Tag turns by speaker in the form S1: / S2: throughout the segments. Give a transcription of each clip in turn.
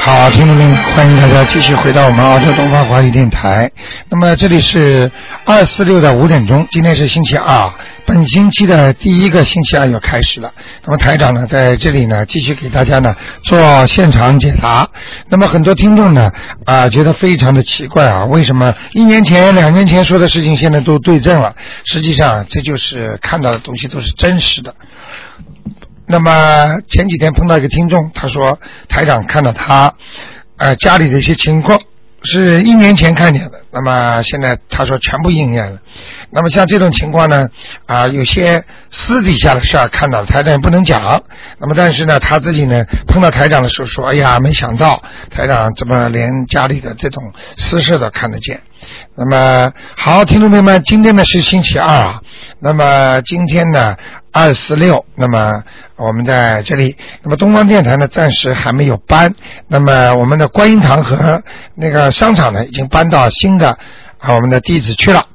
S1: 好，听众朋友们，欢迎大家继续回到我们澳洲东方华语电台。那么这里是二四六的五点钟，今天是星期二，本星期的第一个星期二又开始了。那么台长呢，在这里呢，继续给大家呢做现场解答。那么很多听众呢，啊，觉得非常的奇怪啊，为什么一年前、两年前说的事情现在都对症了？实际上，这就是看到的东西都是真实的。那么前几天碰到一个听众，他说台长看到他呃家里的一些情况，是一年前看见的，那么现在他说全部应验了。那么像这种情况呢，啊、有些私底下的事儿看到台长也不能讲，那么但是呢他自己呢碰到台长的时候说，哎呀没想到台长怎么连家里的这种私事都看得见。那么好，听众朋友们，今天呢是星期二啊。那么今天呢二四六，那么我们在这里，那么东方电台呢暂时还没有搬，那么我们的观音堂和那个商场呢已经搬到新的啊我们的地址去了。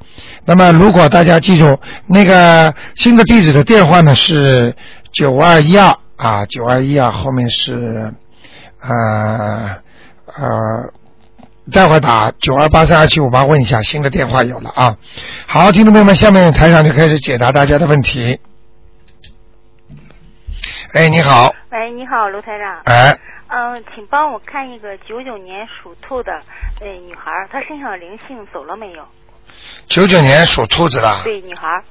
S1: 那么如果大家记住那个新的地址的电话呢是九二一二啊九二一二后面是呃呃待会儿打九二八三二七五八问一下，新的电话有了啊。好，听众朋友们，下面台长就开始解答大家的问题。哎，你好，
S2: 喂，你好，卢台长。
S1: 哎，
S2: 嗯、请帮我看一个九九年属兔的呃女孩儿，她身上的灵性走了没有？
S1: 九九年属兔子的
S2: 对，女孩儿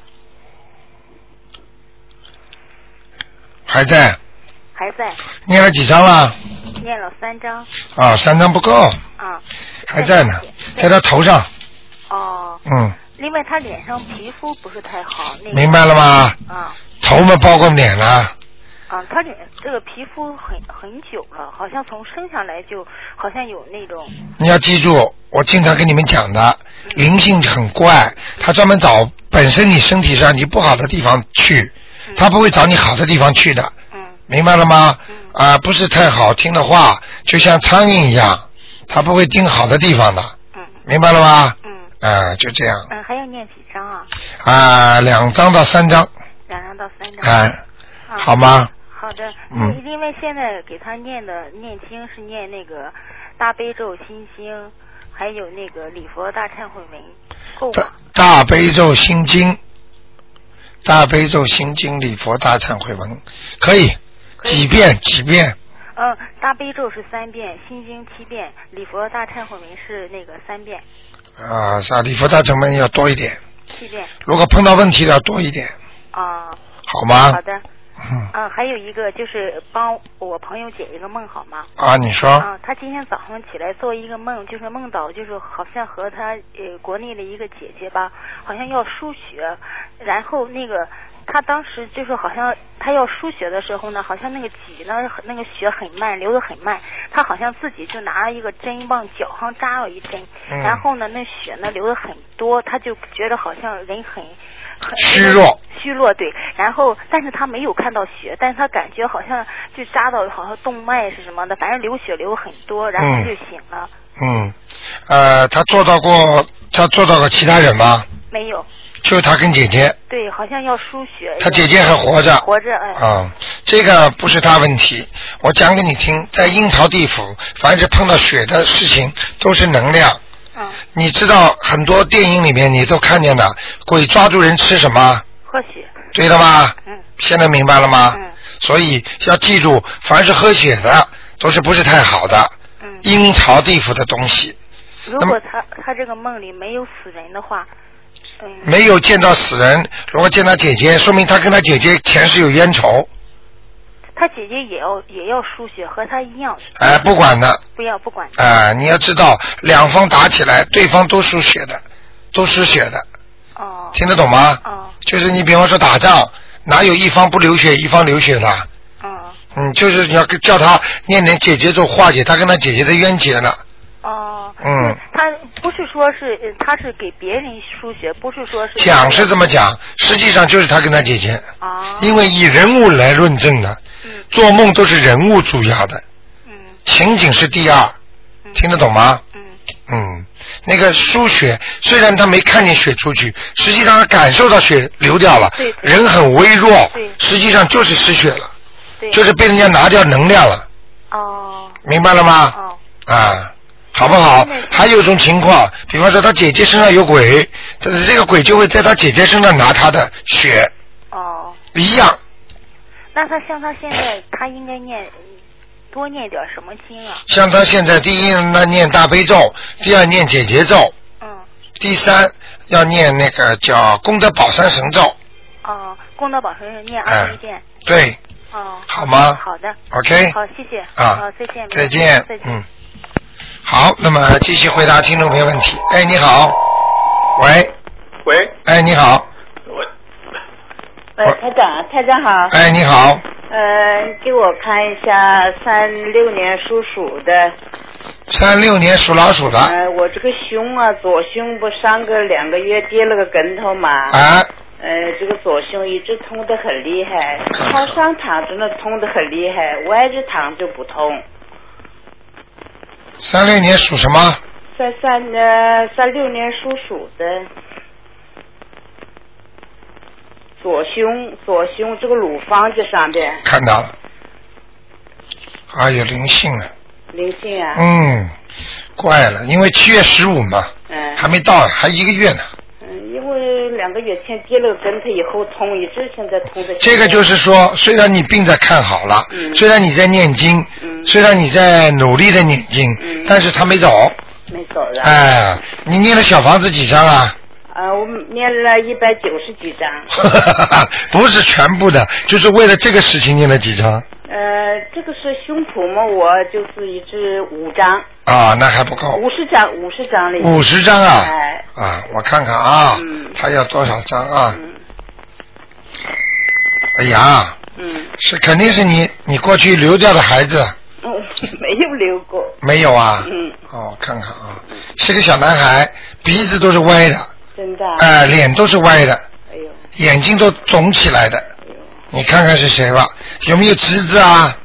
S1: 还在，
S2: 还在，
S1: 念了几张了？
S2: 念了三章
S1: 啊，三张不够，
S2: 啊。
S1: 还在呢，在他头上。
S2: 哦，
S1: 嗯，
S2: 另外她脸上皮肤不是太好。那个、
S1: 明白了吗？
S2: 啊
S1: 头嘛包括脸了，
S2: 啊，她脸这个皮肤很很久了，好像从生下来就好像有那种
S1: 你要记住，我经常跟你们讲的，灵性很怪，他专门找本身你身体上你不好的地方去，他不会找你好的地方去的。
S2: 嗯
S1: 明白了吗？啊、不是太好听的话，就像苍蝇一样，它不会盯好的地方的，
S2: 嗯
S1: 明白了吗？
S2: 嗯
S1: 啊、就这样
S2: 嗯，还要念几章啊？
S1: 啊、两张到三张，
S2: 两章到三章。
S1: 哎、
S2: 啊
S1: 好吗？
S2: 好的，
S1: 嗯
S2: 因为现在给他念的念经是念那个大悲咒心经，还有那个礼佛大忏悔文，够
S1: 大
S2: 吗？
S1: 大悲咒心经，大悲咒心经礼佛大忏悔文，可以
S2: 可以
S1: 几遍几遍，
S2: 嗯，大悲咒是三遍，心经七遍，礼佛大忏悔文是那个三遍，
S1: 啊、是啊，礼佛大忏悔文要多一点，
S2: 七遍
S1: 如果碰到问题的要多一点，
S2: 啊。
S1: 好吗
S2: 好？的，
S1: 嗯
S2: 嗯，还有一个就是帮我朋友解一个梦好吗？
S1: 啊，你说
S2: 啊，他今天早上起来做一个梦，就是梦到就是好像和他呃国内的一个姐姐吧，好像要输血，然后那个他当时就是好像他要输血的时候呢，好像那个挤呢那个血很慢，流的很慢，他好像自己就拿了一个针往脚上扎了一针，
S1: 嗯
S2: 然后呢那血呢流的很多，他就觉得好像人很。很
S1: 虚弱，
S2: 虚弱对，然后但是他没有看到血，但是他感觉好像就扎到好像动脉是什么的，反正流血流很多，然后
S1: 嗯
S2: 就醒了，
S1: 嗯，呃，他做到过，他做到过其他人吗？
S2: 没有，
S1: 就他跟姐姐，
S2: 对，好像要输血，
S1: 他姐姐还活着。
S2: 活着，哎，
S1: 啊、这个不是他问题。我讲给你听，在阴曹地府，凡是碰到血的事情，都是能量。
S2: 嗯，
S1: 你知道很多电影里面你都看见的，鬼抓住人吃什么？
S2: 喝血，
S1: 对了吧？
S2: 嗯
S1: 现在明白了吗？
S2: 嗯
S1: 所以要记住，凡是喝血的，都是不是太好的
S2: 嗯，
S1: 阴曹地府的东西。
S2: 如
S1: 那么
S2: 果他他这个梦里没有死人的话，嗯，
S1: 没有见到死人，如果见到姐姐，说明他跟他姐姐前世有冤仇。
S2: 他姐姐也要也要输血，和他一样，
S1: 哎，不管的，
S2: 不要不管，
S1: 哎，你要知道，两方打起来，对方都输血的，都输血的，
S2: 哦
S1: 听得懂吗？
S2: 哦
S1: 就是你比方说打仗，哪有一方不流血，一方流血的？
S2: 哦
S1: 嗯，就是你要跟叫他念念姐姐咒化解他跟他姐姐的冤结呢。
S2: 哦，
S1: 嗯
S2: 是他不是说是呃他是给别人输血，不是说是
S1: 讲是这么讲，实际上就是他跟他姐姐，
S2: 啊，
S1: 因为以人物来论证的，
S2: 嗯
S1: 做梦都是人物主要的，
S2: 嗯
S1: 情景是第二，
S2: 嗯
S1: 听得懂吗？
S2: 嗯
S1: 嗯，那个输血，虽然他没看见血出去，实际上他感受到血流掉了
S2: 对，对
S1: 人很微弱
S2: 对，
S1: 实际上就是失血了，
S2: 对，
S1: 就是被人家拿掉能量了，
S2: 哦
S1: 明白了吗？
S2: 哦
S1: 啊，好不好
S2: 现在是？
S1: 还有一种情况，比方说他姐姐身上有鬼，这这个鬼就会在他姐姐身上拿他的血，
S2: 哦，
S1: 一样。
S2: 那他像他现在，他应该念多念点什么经啊？
S1: 像他现在第一那念大悲咒，第二念解结咒，
S2: 嗯，
S1: 第三要念那个叫功德宝山神咒，
S2: 哦，功德宝神咒念二十一遍。
S1: 对，
S2: 哦，
S1: 哎好吗
S2: 好的，
S1: ？OK。
S2: 好，谢谢。
S1: 啊
S2: 好，再见。
S1: 再见
S2: 再，见。
S1: 嗯。好，那么继续回答听众朋友问题。哎，你好，喂，
S3: 喂，
S1: 哎，你好，
S4: 喂，
S3: 喂，
S4: 呃台长，台长好。
S1: 哎，你好，
S4: 呃，给我看一下三六年属鼠的，
S1: 三六年属老鼠的，
S4: 呃，我这个胸啊，左胸不上个两个月跌了个跟头嘛，
S1: 啊，
S4: 呃，这个左胸一直痛得很厉害，朝上躺着呢痛得很厉害，歪着躺就不痛。
S1: 三六年属什么？
S4: 三三呃三六年属鼠的，左胸左胸这个乳房这上边
S1: 看到了，啊，有灵性啊，
S4: 灵性啊，
S1: 嗯，怪了，因为七月十五嘛，
S4: 嗯。
S1: 还没到，还一个月呢。
S4: 嗯，因为两个月前跌了个跟头以后痛，一直现在痛的。
S1: 这个就是说，虽然你病在看好了，
S4: 嗯
S1: 虽然你在念经，
S4: 嗯
S1: 虽然你在努力的念经，
S4: 嗯
S1: 但是他没走。
S4: 没走了。
S1: 哎，你念了小房子几张 啊？
S4: 啊，我念了一百九十几张。
S1: 不是全部的，就是为了这个事情念了几张
S4: 呃，这个是胸脯嘛，我就是一直五张，
S1: 啊？那还不够，
S4: 五十张，五十张了已经。
S1: 五十张啊
S4: 哎！
S1: 啊，我看看啊
S4: 嗯，
S1: 他要多少张啊？
S4: 嗯
S1: 哎呀，
S4: 嗯，
S1: 是肯定是你你过去流掉的孩子
S4: 我没有留过。
S1: 没有啊？
S4: 嗯，
S1: 哦，看看啊，是个小男孩，鼻子都是歪的，
S4: 真的啊。
S1: 哎、脸都是歪的，
S4: 哎呦，
S1: 眼睛都肿起来的。
S4: 哎呦，
S1: 你看看是谁吧？有没有侄子啊？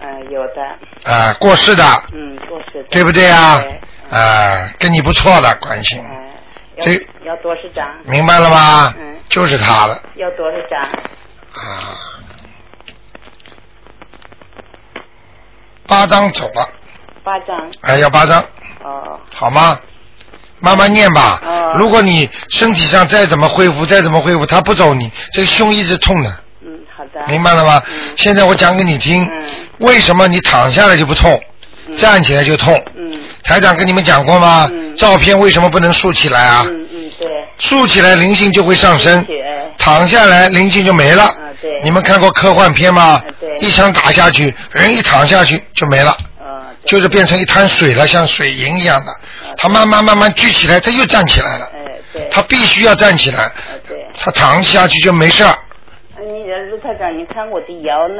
S4: 呃，有的，
S1: 啊，过世的，
S4: 嗯，过世的。
S1: 对不对啊
S4: 对？嗯
S1: 啊，跟你不错的关心，
S4: 哎
S1: 这
S4: 要要多少张？
S1: 明白了吧？
S4: 嗯
S1: 就是他了
S4: 要多少张？
S1: 啊。八张走了，
S4: 八张。
S1: 还要八张，
S4: 哦，
S1: 好吗？慢慢念吧。
S4: 哦
S1: 如果你身体上再怎么恢复，再怎么恢复，他不走你，这个胸一直痛的，
S4: 嗯，好的。
S1: 明白了吗？
S4: 嗯
S1: 现在我讲给你听，
S4: 嗯
S1: 为什么你躺下来就不痛，
S4: 嗯
S1: 站起来就痛？
S4: 嗯。
S1: 台长跟你们讲过吗？
S4: 嗯
S1: 照片为什么不能竖起来啊？
S4: 嗯嗯，对。
S1: 竖起来灵性就会上升，
S4: 血。
S1: 躺下来灵性就没了。
S4: 嗯对
S1: 嗯你们看过科幻片吗
S4: 嗯？对
S1: 一枪打下去，人一躺下去就没了，
S4: 嗯，对
S1: 就是变成一滩水了，像水银一样的。他慢慢慢慢聚起来，他又站起来了。
S4: 哎对。
S1: 他必须要站起来，
S4: 哎对。哎
S1: 他躺下去就没事儿，
S4: 你呃卢台长，你看我的腰呢？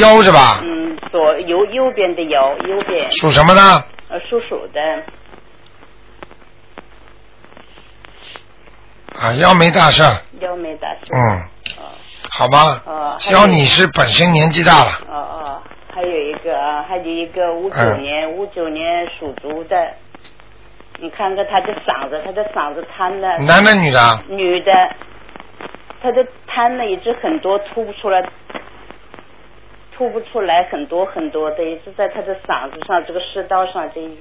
S1: 腰是吧？
S4: 嗯，左右右边的腰，右边
S1: 属什么呢？
S4: 呃属鼠的，
S1: 啊，腰没大事儿，
S4: 腰没打事。
S1: 嗯，
S4: 哦
S1: 好吗？
S4: 哦还有
S1: 腰你是本身年纪大了，
S4: 哦哦，还有一个啊，还有一个五
S1: 嗯
S4: 九年五九年属猪的，你看看他的嗓子，他的嗓子瘫了，
S1: 男的女的啊？
S4: 女的，她的瘫了一直很多吐不出来，吐不出来很多很多的，一直在她的嗓子上这个食道上这一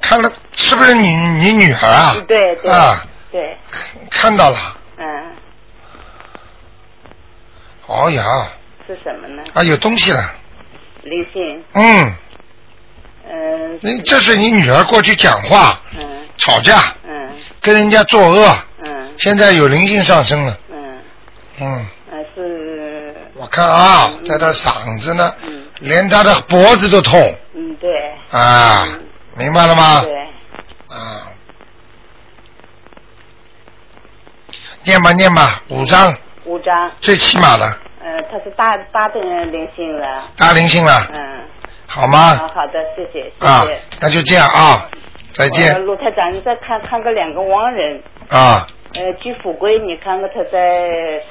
S1: 看了是不是你你女儿啊？
S4: 对对、
S1: 啊，
S4: 对，
S1: 看到了，
S4: 嗯，
S1: 哦呀，
S4: 是什么呢？
S1: 啊有东西了，
S4: 灵性，
S1: 嗯，
S4: 嗯
S1: 你哎这是你女儿过去讲话
S4: 嗯
S1: 吵架，
S4: 嗯
S1: 跟人家作恶，
S4: 嗯
S1: 现在有灵性上升了，
S4: 嗯
S1: 嗯，
S4: 嗯是，
S1: 我看啊，
S4: 嗯
S1: 在她嗓子呢，
S4: 嗯
S1: 连她的脖子都痛
S4: 嗯对
S1: 啊，明白了吗？
S4: 对，
S1: 啊，念吧念吧，五张
S4: 五张，
S1: 最起码的
S4: 嗯，她是大大的灵性了，
S1: 大灵性了，
S4: 嗯，
S1: 好
S4: 好
S1: 吗？
S4: 好的，谢谢谢谢。
S1: 啊，那就这样啊，再
S4: 呃
S1: 见
S4: 陆台长，你再看看个两个亡人，
S1: 啊，
S4: 呃，居富贵，你看看他在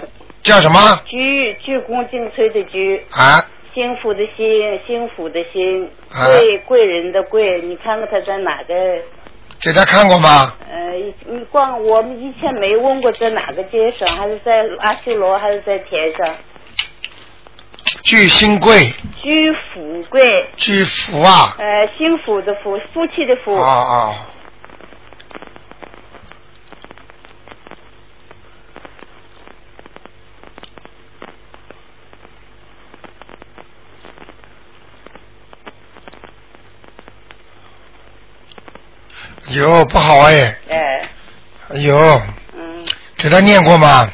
S1: 叫什么
S4: 鞠鞠躬尽瘁的鞠，
S1: 啊？
S4: 幸福的幸，幸福的幸，
S1: 啊
S4: 贵贵人的贵，你看看他在哪个？
S1: 给他看过吗？
S4: 呃，以你光我们以前没问过在哪个街上，还是在阿修罗，还是在天上？
S1: 聚新贵，
S4: 居福贵，
S1: 聚福啊，
S4: 呃，幸福的福，夫妻的
S1: 啊
S4: 福，
S1: 啊，有不好哎，
S4: 哎，
S1: 有
S4: 嗯，
S1: 给他念过吗？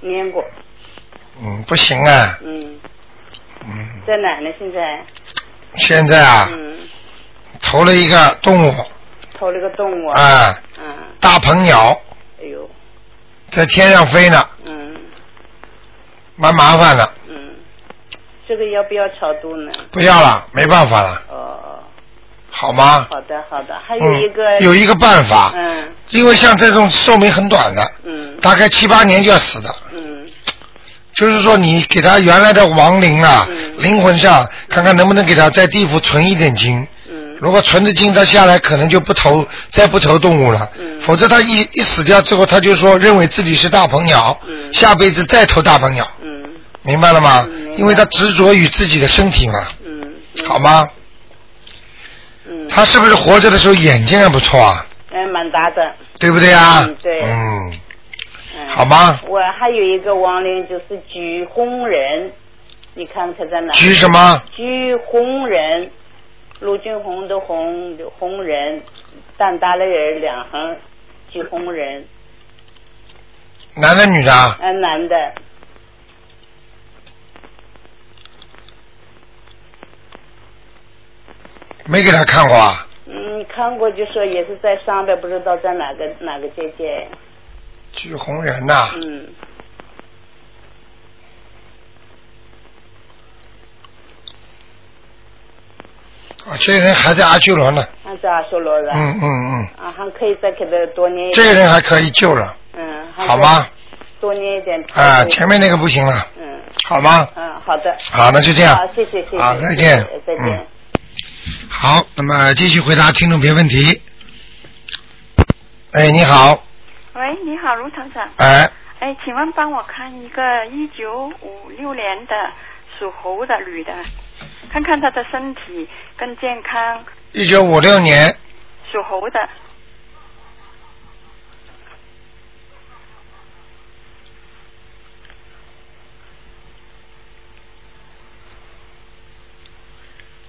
S4: 念过，
S1: 嗯，不行啊，
S4: 嗯，
S1: 嗯，
S4: 在哪呢？现在，
S1: 现在啊，
S4: 嗯，
S1: 投了一个动物
S4: 偷了个动物，
S1: 啊，
S4: 嗯，
S1: 大鹏鸟
S4: 哎呦，
S1: 在天上飞呢，
S4: 嗯
S1: 蛮麻烦的，
S4: 嗯，这个要不要超度呢？
S1: 不要了，没办法了，
S4: 哦，
S1: 好吗？
S4: 好的好的，还有一个，
S1: 嗯，有一个办法，
S4: 嗯
S1: 因为像这种寿命很短的，
S4: 嗯
S1: 大概七八年就要死的，
S4: 嗯
S1: 就是说你给他原来的亡灵啊，
S4: 嗯
S1: 灵魂上看看能不能给他在地府存一点经，
S4: 嗯
S1: 如果存的经，他下来可能就不投，再不投动物了。
S4: 嗯
S1: 否则他一一死掉之后，他就说认为自己是大鹏鸟，
S4: 嗯
S1: 下辈子再投大鹏鸟，
S4: 嗯
S1: 明白了吗？
S4: 嗯明白
S1: 因为他执着于自己的身体嘛，
S4: 嗯，
S1: 好？吗？
S4: 嗯，
S1: 他是不是活着的时候眼睛还不错啊？
S4: 哎，蛮大的，
S1: 对不对啊？
S4: 嗯对
S1: 嗯
S4: 嗯，
S1: 好吗？
S4: 我还有一个亡灵就是举红人，你看他在哪？
S1: 举什么？
S4: 居红人，陆俊红的红红人，蛋大的人两横，居红人，
S1: 男的女的啊？
S4: 呃，男的，
S1: 没给他看过啊？
S4: 嗯，看过就说也是在上边，不知道在哪个哪个界界，
S1: 举红人呐、
S4: 嗯，
S1: 啊，这个人还在阿修罗呢。
S4: 俺在阿修罗了，
S1: 嗯嗯嗯，
S4: 啊，还可以再给他多念一
S1: 这
S4: 点，
S1: 个人还可以救了，
S4: 嗯，还可以
S1: 好吗？
S4: 多念一点，
S1: 啊，前面那个不行了，
S4: 嗯
S1: 好吗？
S4: 嗯，好的，
S1: 好，那就这样。
S4: 好，谢谢谢谢，
S1: 好，再见
S4: 谢谢。再见。
S1: 嗯。好，那么继续回答听众朋友问题。哎，你好，
S3: 喂，你好，卢厂长。
S1: 哎，
S3: 哎，请问帮我看一个一九五六年的属猴的女的，看看她的身体跟健康。
S1: 一九五六年，
S3: 属猴的，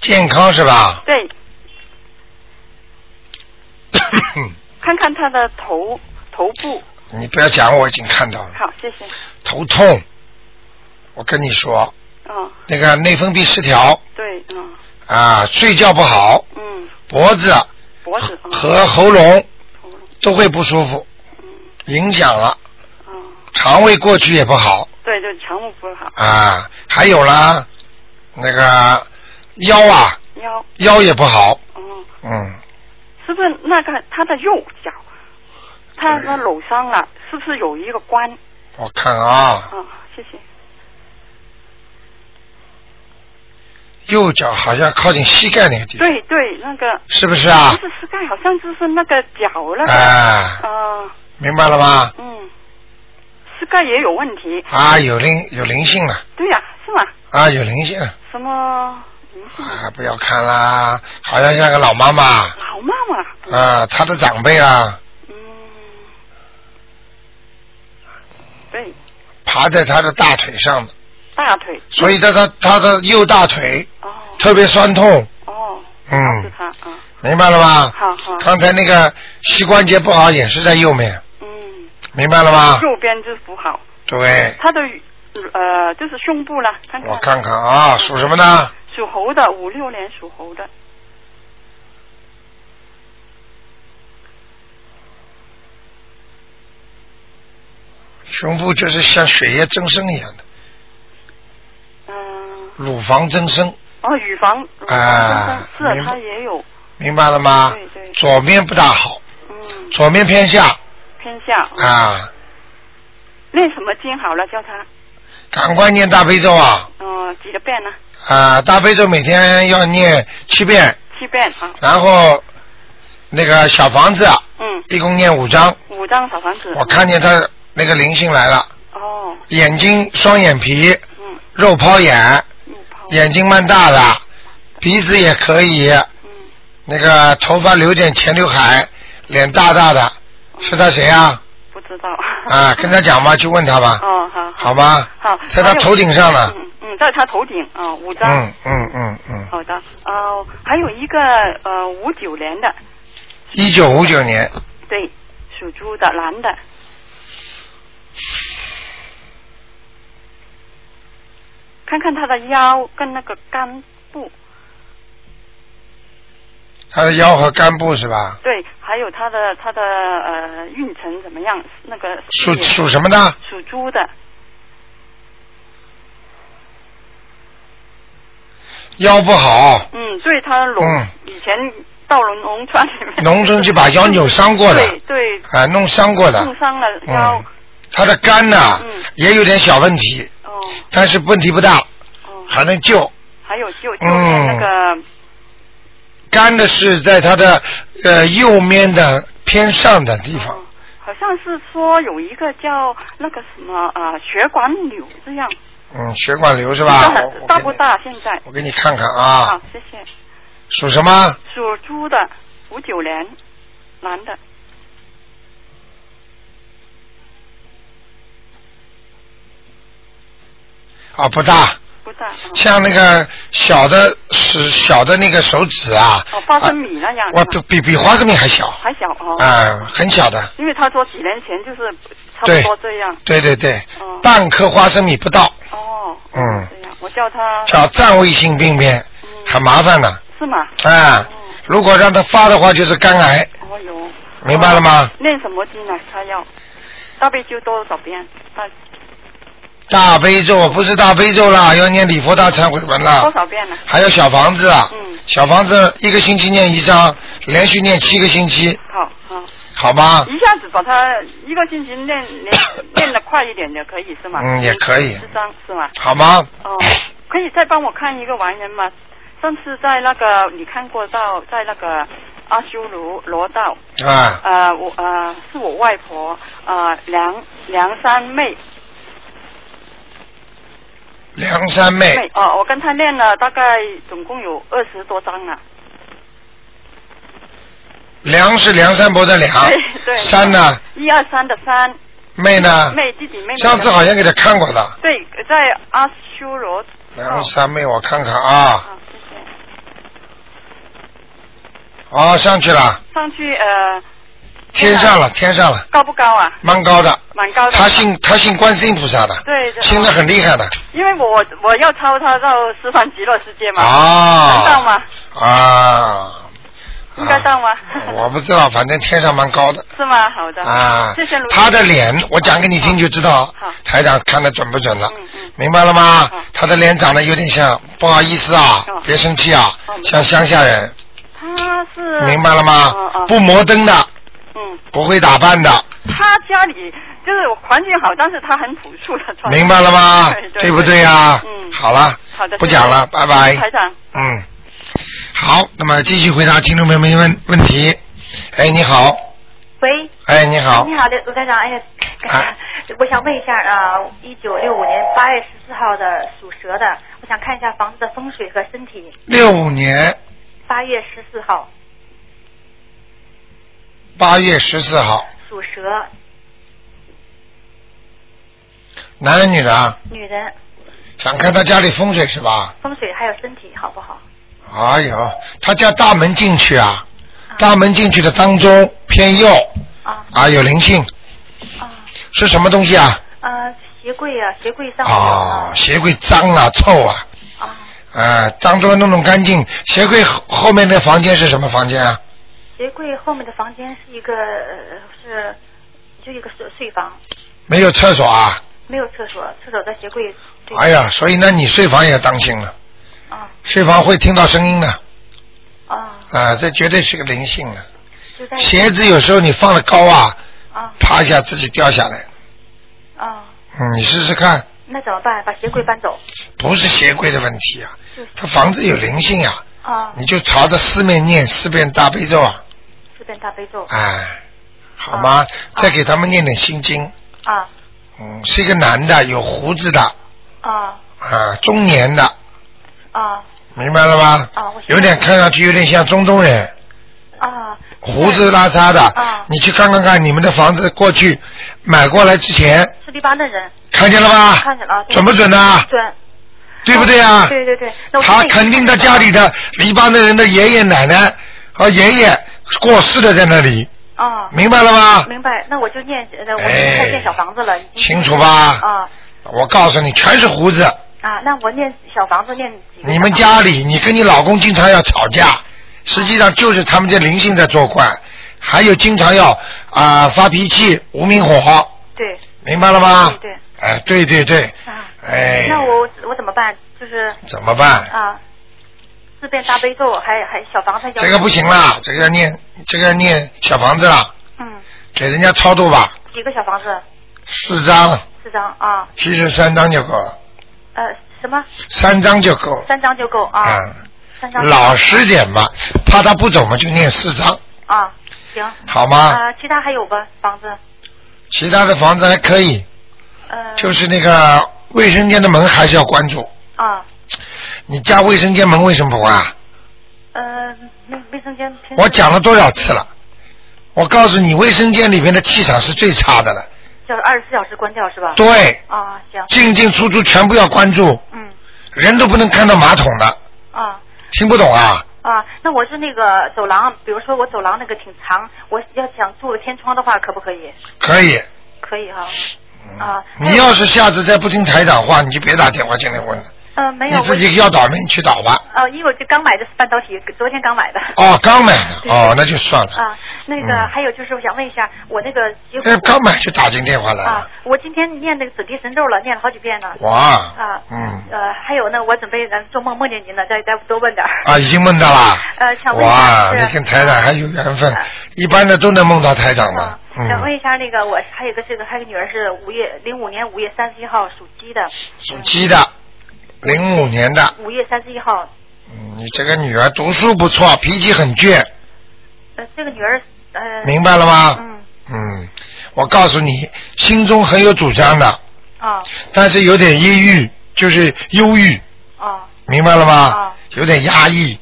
S1: 健康是 吧？
S3: 对，看看她的头头部。
S1: 你不要讲，我已经看到了，
S3: 好，谢谢。
S1: 头痛。我跟你说，
S3: 哦，
S1: 那个内分泌失调
S3: 对，嗯
S1: 啊，睡觉不好，
S3: 嗯，
S1: 脖子
S3: 脖子嗯
S1: 和喉咙
S3: 头颅
S1: 都会不舒服，
S3: 嗯
S1: 影响了
S3: 哦，
S1: 肠胃，过去也不好
S3: 对对，肠胃不好，
S1: 啊。还有啦，那个腰啊，
S3: 腰
S1: 腰也不好，
S3: 哦，
S1: 嗯，
S3: 是不是那个她的右脚，她的扭伤了，是不是有一个关？
S1: 我看啊，
S3: 哦，谢谢。
S1: 右脚好像靠近膝盖那个地方，
S3: 对对，那个
S1: 是不是啊？
S3: 不是膝盖，好像就是那个脚那个。
S1: 啊，
S3: 啊，
S1: 明白了吗？
S3: 嗯，膝盖也有问题。
S1: 啊，有灵有灵性了，
S3: 对呀、是吗？
S1: 啊，有灵性了，
S3: 什么灵性？
S1: 啊，不要看啦，好像像个老妈妈
S3: 老妈妈。
S1: 啊，她的长辈啊，
S3: 嗯。对，
S1: 爬在她的大腿上的，
S3: 大腿。
S1: 所以她的她的右大腿
S3: 哦
S1: 特别酸痛，
S3: 哦，
S1: 嗯
S3: 是他啊，
S1: 明白了吗？
S3: 好好
S1: 刚才那个膝关节不好也是在右面，
S3: 嗯，
S1: 明白了吗？
S3: 右边就是不好，
S1: 对，
S3: 他的呃就是胸部了，看
S1: 哎我
S3: 看
S1: 看看啊，属什么呢？
S3: 属猴的，五六年属猴的，
S1: 胸部就是像血液增生一样的，
S3: 嗯、
S1: 乳房增生，
S3: 哦，乳房，乳
S1: 啊
S3: 房增
S1: 明
S3: 生是
S1: 白
S3: 它也有，
S1: 明白了吗？
S3: 对对
S1: 左面不大好，
S3: 嗯，
S1: 左面偏下
S3: 偏下。
S1: 啊，
S3: 念什么经好了？叫他，
S1: 赶快念大悲咒啊！
S3: 嗯、几个遍呢？
S1: 啊，大悲咒每天要念七遍，
S3: 七遍啊，
S1: 然后那个小房子啊
S3: 嗯，
S1: 一共念五章。
S3: 五张小房子。
S1: 我看见他那个灵性来了，
S3: 哦，
S1: 眼睛双眼皮、
S3: 嗯，
S1: 肉包眼，
S3: 嗯，
S1: 眼睛蛮大的，鼻子也可以，
S3: 嗯
S1: 那个头发留点前刘海，脸大大的，是他谁啊？
S3: 嗯不知道。
S1: 啊，跟 他讲吧，去问他吧，
S3: 哦，好，
S1: 好吗？
S3: 好，
S1: 在他
S3: 还有
S1: 头顶上呢。
S3: 嗯嗯，在他头顶啊、五张。
S1: 嗯嗯嗯嗯，
S3: 好的，呃，还有一个呃五九年的，
S1: 一九五九年，
S3: 对，属猪的男的，看看他的腰跟那个肝部，
S1: 他的腰和肝部是吧？
S3: 对，还有他的他的呃运程怎么样？那个
S1: 属
S3: 事业
S1: 属什么的？
S3: 属猪的，
S1: 腰不好，
S3: 嗯，对他龙、
S1: 嗯
S3: 以前到了农村里面，
S1: 农村去把腰扭伤过的，
S3: 对对，
S1: 啊，弄伤过
S3: 弄
S1: 的。
S3: 伤了腰
S1: 嗯，，他的肝呐
S3: 嗯
S1: 也有点小问题，
S3: 哦
S1: 但是问题不大，
S3: 哦，
S1: 还能救。
S3: 还有就就
S1: 嗯
S3: 那个
S1: 肝的是在他的呃右面的偏上的地方
S3: 哦，好像是说有一个叫那个什么呃血管瘤这样，
S1: 嗯，血管瘤是
S3: 是
S1: 吧？我我给
S3: 大
S1: 你
S3: 不大？现在
S1: 我给你看看啊
S3: 好，，谢谢。
S1: 属什么？
S3: 属猪的，五九年，男的，
S1: 啊，不大，
S3: 不大。哦
S1: 像那个小的是小的那个手指啊，
S3: 哦，花生米那样
S1: 我
S3: 是吗，
S1: 比比比花生米还小，
S3: 还小哦。
S1: 啊，很小的，
S3: 因为他说几年前就是差
S1: 对
S3: 不多这样。
S1: 对对对，
S3: 哦
S1: 半颗花生米不到，
S3: 哦。
S1: 嗯
S3: 这样，我叫他。
S1: 叫占位性病变，
S3: 嗯
S1: 很麻烦的，
S3: 是吗？
S1: 啊，如果让它发的话就是肝癌，
S3: 哦哟。
S1: 明白了吗
S3: 哦？念什么经呢？他要大悲咒多少遍？大
S1: 大悲咒不是大悲咒啦，要念礼佛大忏悔文啦
S3: 多，少遍呢？
S1: 还有小房子啊
S3: 嗯，
S1: 小房子一个星期念一张，连续念七个星期，
S3: 好好。
S1: 好吗？
S3: 一下子把它一个星期练 练练得快一点也可以是吗？
S1: 嗯也可以
S3: 是这样是吗？
S1: 好吗？
S3: 哦，可以再帮我看一个完人吗？上次在那个你看过到在那个阿修罗罗道，
S1: 啊，
S3: 呃，我呃是我外婆呃梁梁三妹
S1: 梁山妹
S3: 妹哦，我跟她练了大概总共有二十多张啊了。
S1: 梁是梁山伯的梁
S3: 对，对。
S1: 山啊呢？？
S3: 一二三的三。
S1: 妹呢？
S3: 妹弟弟妹妹哦的。
S1: 上次好像给他看过的，
S3: 对，在阿修罗道。
S1: 梁山妹，我看看啊，
S3: 啊，谢谢。
S1: 哦，上去了，
S3: 上去呃
S1: 天上了，天上了，
S3: 高不高啊？
S1: 蛮高的。
S3: 蛮高的。
S1: 他信他信观世音菩萨的，
S3: 哦对对
S1: 信的很厉害的
S3: 因为我我要超他到十方极乐世界嘛，能到
S1: 啊
S3: 吗？
S1: 啊，
S3: 应该到吗
S1: 啊我不知道，反正天上蛮高的
S3: 是吗？好的。
S1: 啊
S3: 谢谢卢。
S1: 他的脸，我讲给你听就知道
S3: 好，
S1: 台长看的准不准了
S3: 嗯嗯，
S1: 明白了吗
S3: 好？
S1: 他的脸长得有点像，不好意思啊
S3: 哦，
S1: 别生气啊
S3: 哦没，事
S1: 像乡下人，
S3: 他是
S1: 明白了
S3: 哦
S1: 吗？
S3: 哦
S1: 不摩登的，
S3: 嗯，
S1: 不会打扮的，
S3: 他家里就是环境好，但是他很朴素的穿。
S1: 明白了吗
S3: 对？对
S1: 对不对呀？
S3: 嗯
S1: 好了，
S3: 好的，
S1: 不讲了，拜拜。
S3: 台长，
S1: 嗯，好，那么继续回答听众朋友们问问题。哎，你好，
S5: 喂，
S1: 哎，你好
S5: 你，好，刘台长，哎呀，
S1: 哎
S5: 我想问一下啊，一九六五年八月十四号的属蛇的，我想看一下房子的风水和身体。
S1: 六五年
S5: 八月十四号
S1: 八月十四号，
S5: 属蛇，
S1: 男的女的啊？
S5: 女人，
S1: 想看他家里风水是吧？
S5: 风水还有身体好不好？
S1: 哎呦，他家大门进去啊，
S5: 啊
S1: 大门进去的当中偏右
S5: 啊
S1: 啊，有灵性，
S5: 啊
S1: 是什么东西啊？
S5: 啊，鞋柜啊，鞋柜上面
S1: 啊，
S5: 啊
S1: 鞋柜脏啊，臭啊，
S5: 啊
S1: 啊，当中弄弄干净。鞋柜后后面那房间是什么房间啊？
S5: 鞋柜后面的房间是一个呃是就一个睡睡房，
S1: 没有厕所啊？
S5: 没有厕所，厕所在鞋柜对
S1: 哎呀，所以那你睡房也当心了，
S5: 啊
S1: 睡房会听到声音的，
S5: 啊
S1: 啊，这绝对是个灵性的。
S5: 就在
S1: 鞋子有时候你放的高啊，
S5: 啊
S1: 啪一下自己掉下来，
S5: 啊，
S1: 嗯，你试试看，
S5: 那怎么办？把鞋柜搬走
S1: 不是鞋柜的问题啊
S5: 嗯，
S1: 他房子有灵性啊，
S5: 啊？
S1: 你就朝着四面念四遍大悲咒啊，
S5: 四遍大悲咒
S1: 哎，好吗？再给他们念点心经，
S5: 啊
S1: 嗯，是一个男的，有胡子的，
S5: 啊，
S1: 啊，中年的，
S2: 啊
S1: 明白了吧？
S2: 啊我知道
S1: 有点看上去有点像中东人，
S2: 啊
S1: 胡子拉碴的。
S2: 啊
S1: 你去看看看你们的房子过去买过来之前，
S2: 是黎巴嫩人，
S1: 看见了吧？
S2: 看见了对
S1: 准不准呐、
S2: 对
S1: 对不对啊？
S2: 对对对，那我
S1: 他
S2: 真的
S1: 肯定他家里的黎巴嫩人的爷爷奶奶和爷爷过世的在那里，
S2: 啊，
S1: 明白了吗？
S2: 明白，那我就念，呃我就
S1: 哎
S2: 在建小房子了，已经
S1: 清楚吧？
S2: 啊
S1: 我告诉你，全是胡子。
S2: 啊，那我念小房子念几个？
S1: 你们家里，你跟你老公经常要吵架，实际上就是他们这灵性在作怪，还有经常要啊、发脾气、无名火，
S2: 对
S1: 明白了吗？
S2: 对对
S1: 哎，对对对，
S2: 啊，
S1: 哎，
S2: 那我我怎么办？就是
S1: 怎么办？
S2: 啊，自变大悲咒，还还小房子要
S1: 这个不行啦，这个要念，这个要念小房子啦，
S2: 嗯，
S1: 给人家超度吧，
S2: 几个小房子？
S1: 四张。
S2: 四张啊，
S1: 其实三张就够了，
S2: 呃，什么？
S1: 三张就够了。
S2: 三张就够啊，
S1: 嗯，
S2: 三张就够
S1: 老实点吧，怕他不走嘛，就念四张，
S2: 啊，行
S1: 好吗？
S2: 啊，其他还有吧，房子，
S1: 其他的房子还可以，
S2: 呃，
S1: 就是那个卫生间的门还是要关住。
S2: 啊，
S1: 你家卫生间门为什么不关啊？
S2: 呃，卫卫生间平时
S1: 我讲了多少次了？我告诉你，卫生间里面的气场是最差的了。
S2: 就是二十四小时关掉是吧？
S1: 对，
S2: 啊，行，
S1: 进进出出全部要关住，
S2: 嗯，
S1: 人都不能看到马桶的，
S2: 啊
S1: 听不懂啊？
S2: 啊，那我是那个走廊，比如说我走廊那个挺长，我要想做个天窗的话，可不可以？
S1: 可以。
S2: 可以哈、
S1: 嗯
S2: 啊
S1: 你要是下次再不听台长话，你就别打电话进来问了。
S2: 呃，没有，
S1: 你
S2: 我
S1: 自己要倒霉你去倒吧。
S2: 呃，因为我这刚买的半导体，昨天刚买的。
S1: 哦，刚买的
S2: 对
S1: 哦，那就算了。
S2: 啊，那个、
S1: 嗯
S2: 还有就是，我想问一下，我那个结
S1: 这刚买就打进电话来
S2: 啊
S1: 了，，
S2: 我今天念那个准提神咒了，念了好几遍呢。
S1: 哇
S2: 啊，
S1: 嗯，
S2: 呃，还有呢，我准备咱做梦梦见您了，再再多问点儿。
S1: 啊，已经梦到了。
S2: 呃想问一下
S1: 哇，
S2: 是
S1: 你跟台长还有缘分
S2: 啊，
S1: 一般的都能梦到台长的
S2: 啊。想问
S1: 嗯，
S2: 一下，那个我还有一个这个还有个女儿是五月零五年五月三十一号属鸡的，
S1: 属鸡的，零五年的。
S2: 五月三十一号，
S1: 嗯，你这个女儿读书不错，脾气很倔，
S2: 呃，这个女儿呃，
S1: 明白了吗？
S2: 嗯
S1: 嗯，我告诉你，心中很有主张的，
S2: 啊
S1: 但是有点抑郁，就是忧郁，
S2: 啊
S1: 明白了吗
S2: 啊？
S1: 有点压抑。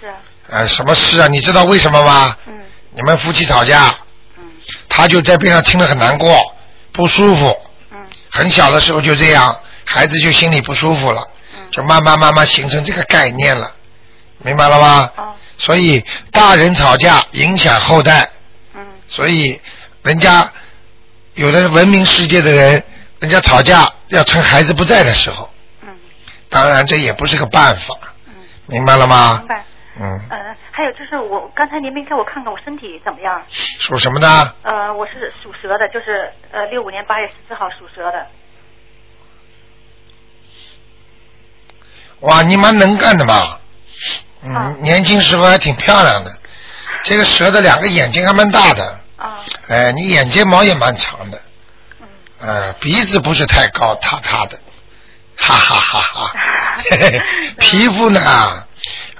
S2: 是啊
S1: 呃，什么事啊？你知道为什么吗？
S2: 嗯
S1: 你们夫妻吵架，
S2: 嗯
S1: 他就在边上听得很难过，不舒服。
S2: 嗯
S1: 很小的时候就这样，孩子就心里不舒服了，
S2: 嗯
S1: 就慢慢慢慢形成这个概念了，明白了吗？
S2: 啊
S1: 所以大人吵架影响后代，
S2: 嗯
S1: 所以人家有的文明世界的人，人家吵架要趁孩子不在的时候，
S2: 嗯
S1: 当然这也不是个办法，
S2: 嗯，
S1: 明白了吗
S2: 明？白。
S1: 嗯，
S2: 呃，还有就是我刚才您没给我看看我身体怎么样？
S1: 属什么呢？
S2: 呃，我是属蛇的，就是呃六五年八月十四号属蛇的。
S1: 哇，你蛮能干的嘛，
S2: 啊
S1: 嗯，年轻时候还挺漂亮的，这个蛇的两个眼睛还蛮大的，
S2: 啊
S1: 哎，你眼睫毛也蛮长的，
S2: 嗯
S1: 呃，鼻子不是太高，塌塌的，哈哈哈哈。嘿嘿皮肤呢，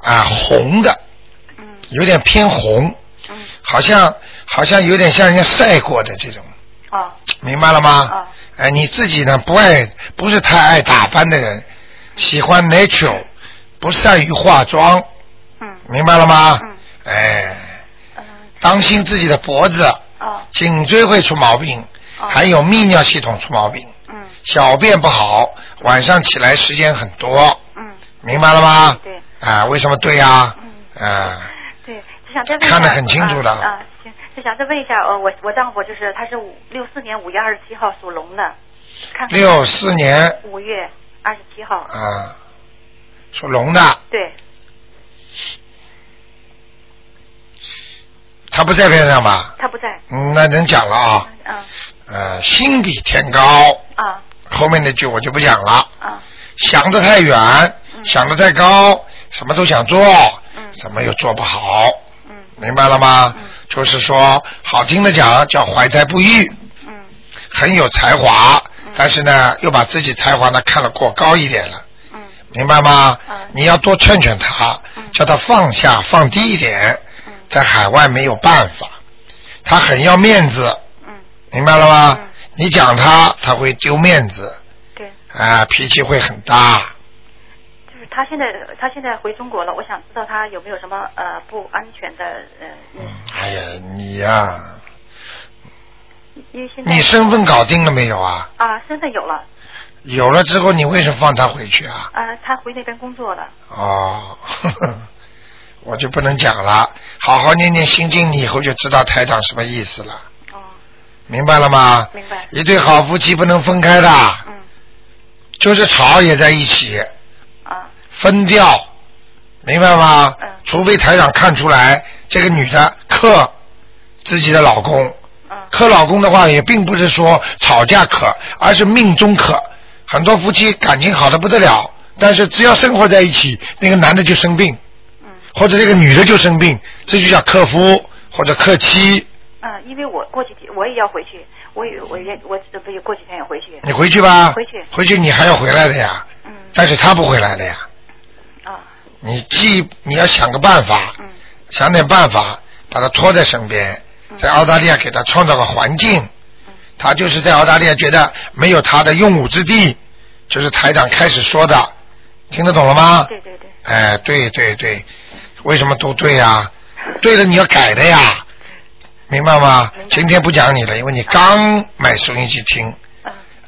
S1: 啊，红的，
S2: 嗯
S1: 有点偏红，
S2: 嗯
S1: 好像好像有点像人家晒过的这种，
S2: 啊
S1: 明白了吗
S2: 啊？
S1: 哎，你自己呢不爱，不是太爱打扮的人，喜欢 natural，不善于化妆，
S2: 嗯
S1: 明白了吗
S2: 嗯？
S1: 哎，
S2: 嗯
S1: 当心自己的脖子、
S2: 啊
S1: 颈椎会出毛病，
S2: 啊
S1: 还有泌尿系统出毛病。
S2: 嗯
S1: 小便不好，晚上起来时间很多，
S2: 嗯
S1: 明白了吗？
S2: 对
S1: 啊，为什么对呀、啊？
S2: 嗯
S1: 啊，
S2: 对，就想再问一下
S1: 看得很清楚的
S2: 啊啊行，就想再问一下呃我我丈夫就是他是五六四年五月二十七号属龙的，看看
S1: 六四年
S2: 五月二十七号
S1: 啊，属龙的，
S2: 对
S1: 他不在边上吧？
S2: 他不在
S1: 嗯，那能讲了啊。
S2: 嗯
S1: 呃，心比天高，
S2: 啊
S1: 后面那句我就不讲了。
S2: 啊
S1: 想得太远，
S2: 嗯
S1: 想得太高，什么都想做，
S2: 嗯
S1: 什么又做不好，
S2: 嗯
S1: 明白了吗？
S2: 嗯
S1: 就是说，好听的讲叫怀才不遇。
S2: 嗯
S1: 很有才华
S2: 嗯，
S1: 但是呢，又把自己才华呢看得过高一点了，
S2: 嗯
S1: 明白吗
S2: 嗯？
S1: 你要多劝劝他
S2: 嗯，
S1: 叫他放下、放低一点。
S2: 嗯
S1: 在海外没有办法，他很要面子，
S2: 嗯
S1: 明白了吗
S2: 嗯？
S1: 你讲他，他会丢面子，
S2: 对，
S1: 啊，脾气会很大，
S2: 就是
S5: 他现在他现在回中国了，我想知道他有没有什么呃不安全的呃因素，
S1: 哎呀，你呀、
S5: 因为现在
S1: 你身份搞定了没有啊？
S5: 啊身份有了，
S1: 有了之后，你为什么放他回去啊？
S5: 呃他回那边工作了，
S1: 哦， 呵呵我就不能讲了。好好念念心经，你以后就知道台长什么意思了，
S5: 哦
S1: 明白了吗？
S5: 明白，
S1: 一对好夫妻不能分开的，
S5: 嗯
S1: 就是吵也在一起，
S5: 啊
S1: 分掉，明白吗
S5: 嗯？
S1: 除非台长看出来这个女的克自己的老公，
S5: 嗯
S1: 克老公的话也并不是说吵架克，而是命中克。很多夫妻感情好的不得了，但是只要生活在一起，那个男的就生病，
S5: 嗯
S1: 或者这个女的就生病，这就叫克夫或者克妻。
S5: 嗯，因为我过几天我也要回去，我也我
S1: 嗯
S5: 也我这不也过几天也回去，
S1: 你回去吧，
S5: 回去
S1: 回去你还要回来的呀，
S5: 嗯
S1: 但是他不回来的呀。
S5: 啊
S1: 你既你要想个办法，
S5: 嗯
S1: 想点办法把他拖在身边，在澳大利亚给他创造个环境，
S5: 嗯
S1: 他就是在澳大利亚觉得没有他的用武之地，就是台长开始说的，听得懂了吗？
S5: 对对对，
S1: 哎，对对对，为什么都对啊？对了，你要改的呀，明白吗？今天不讲你了，因为你刚买收音机听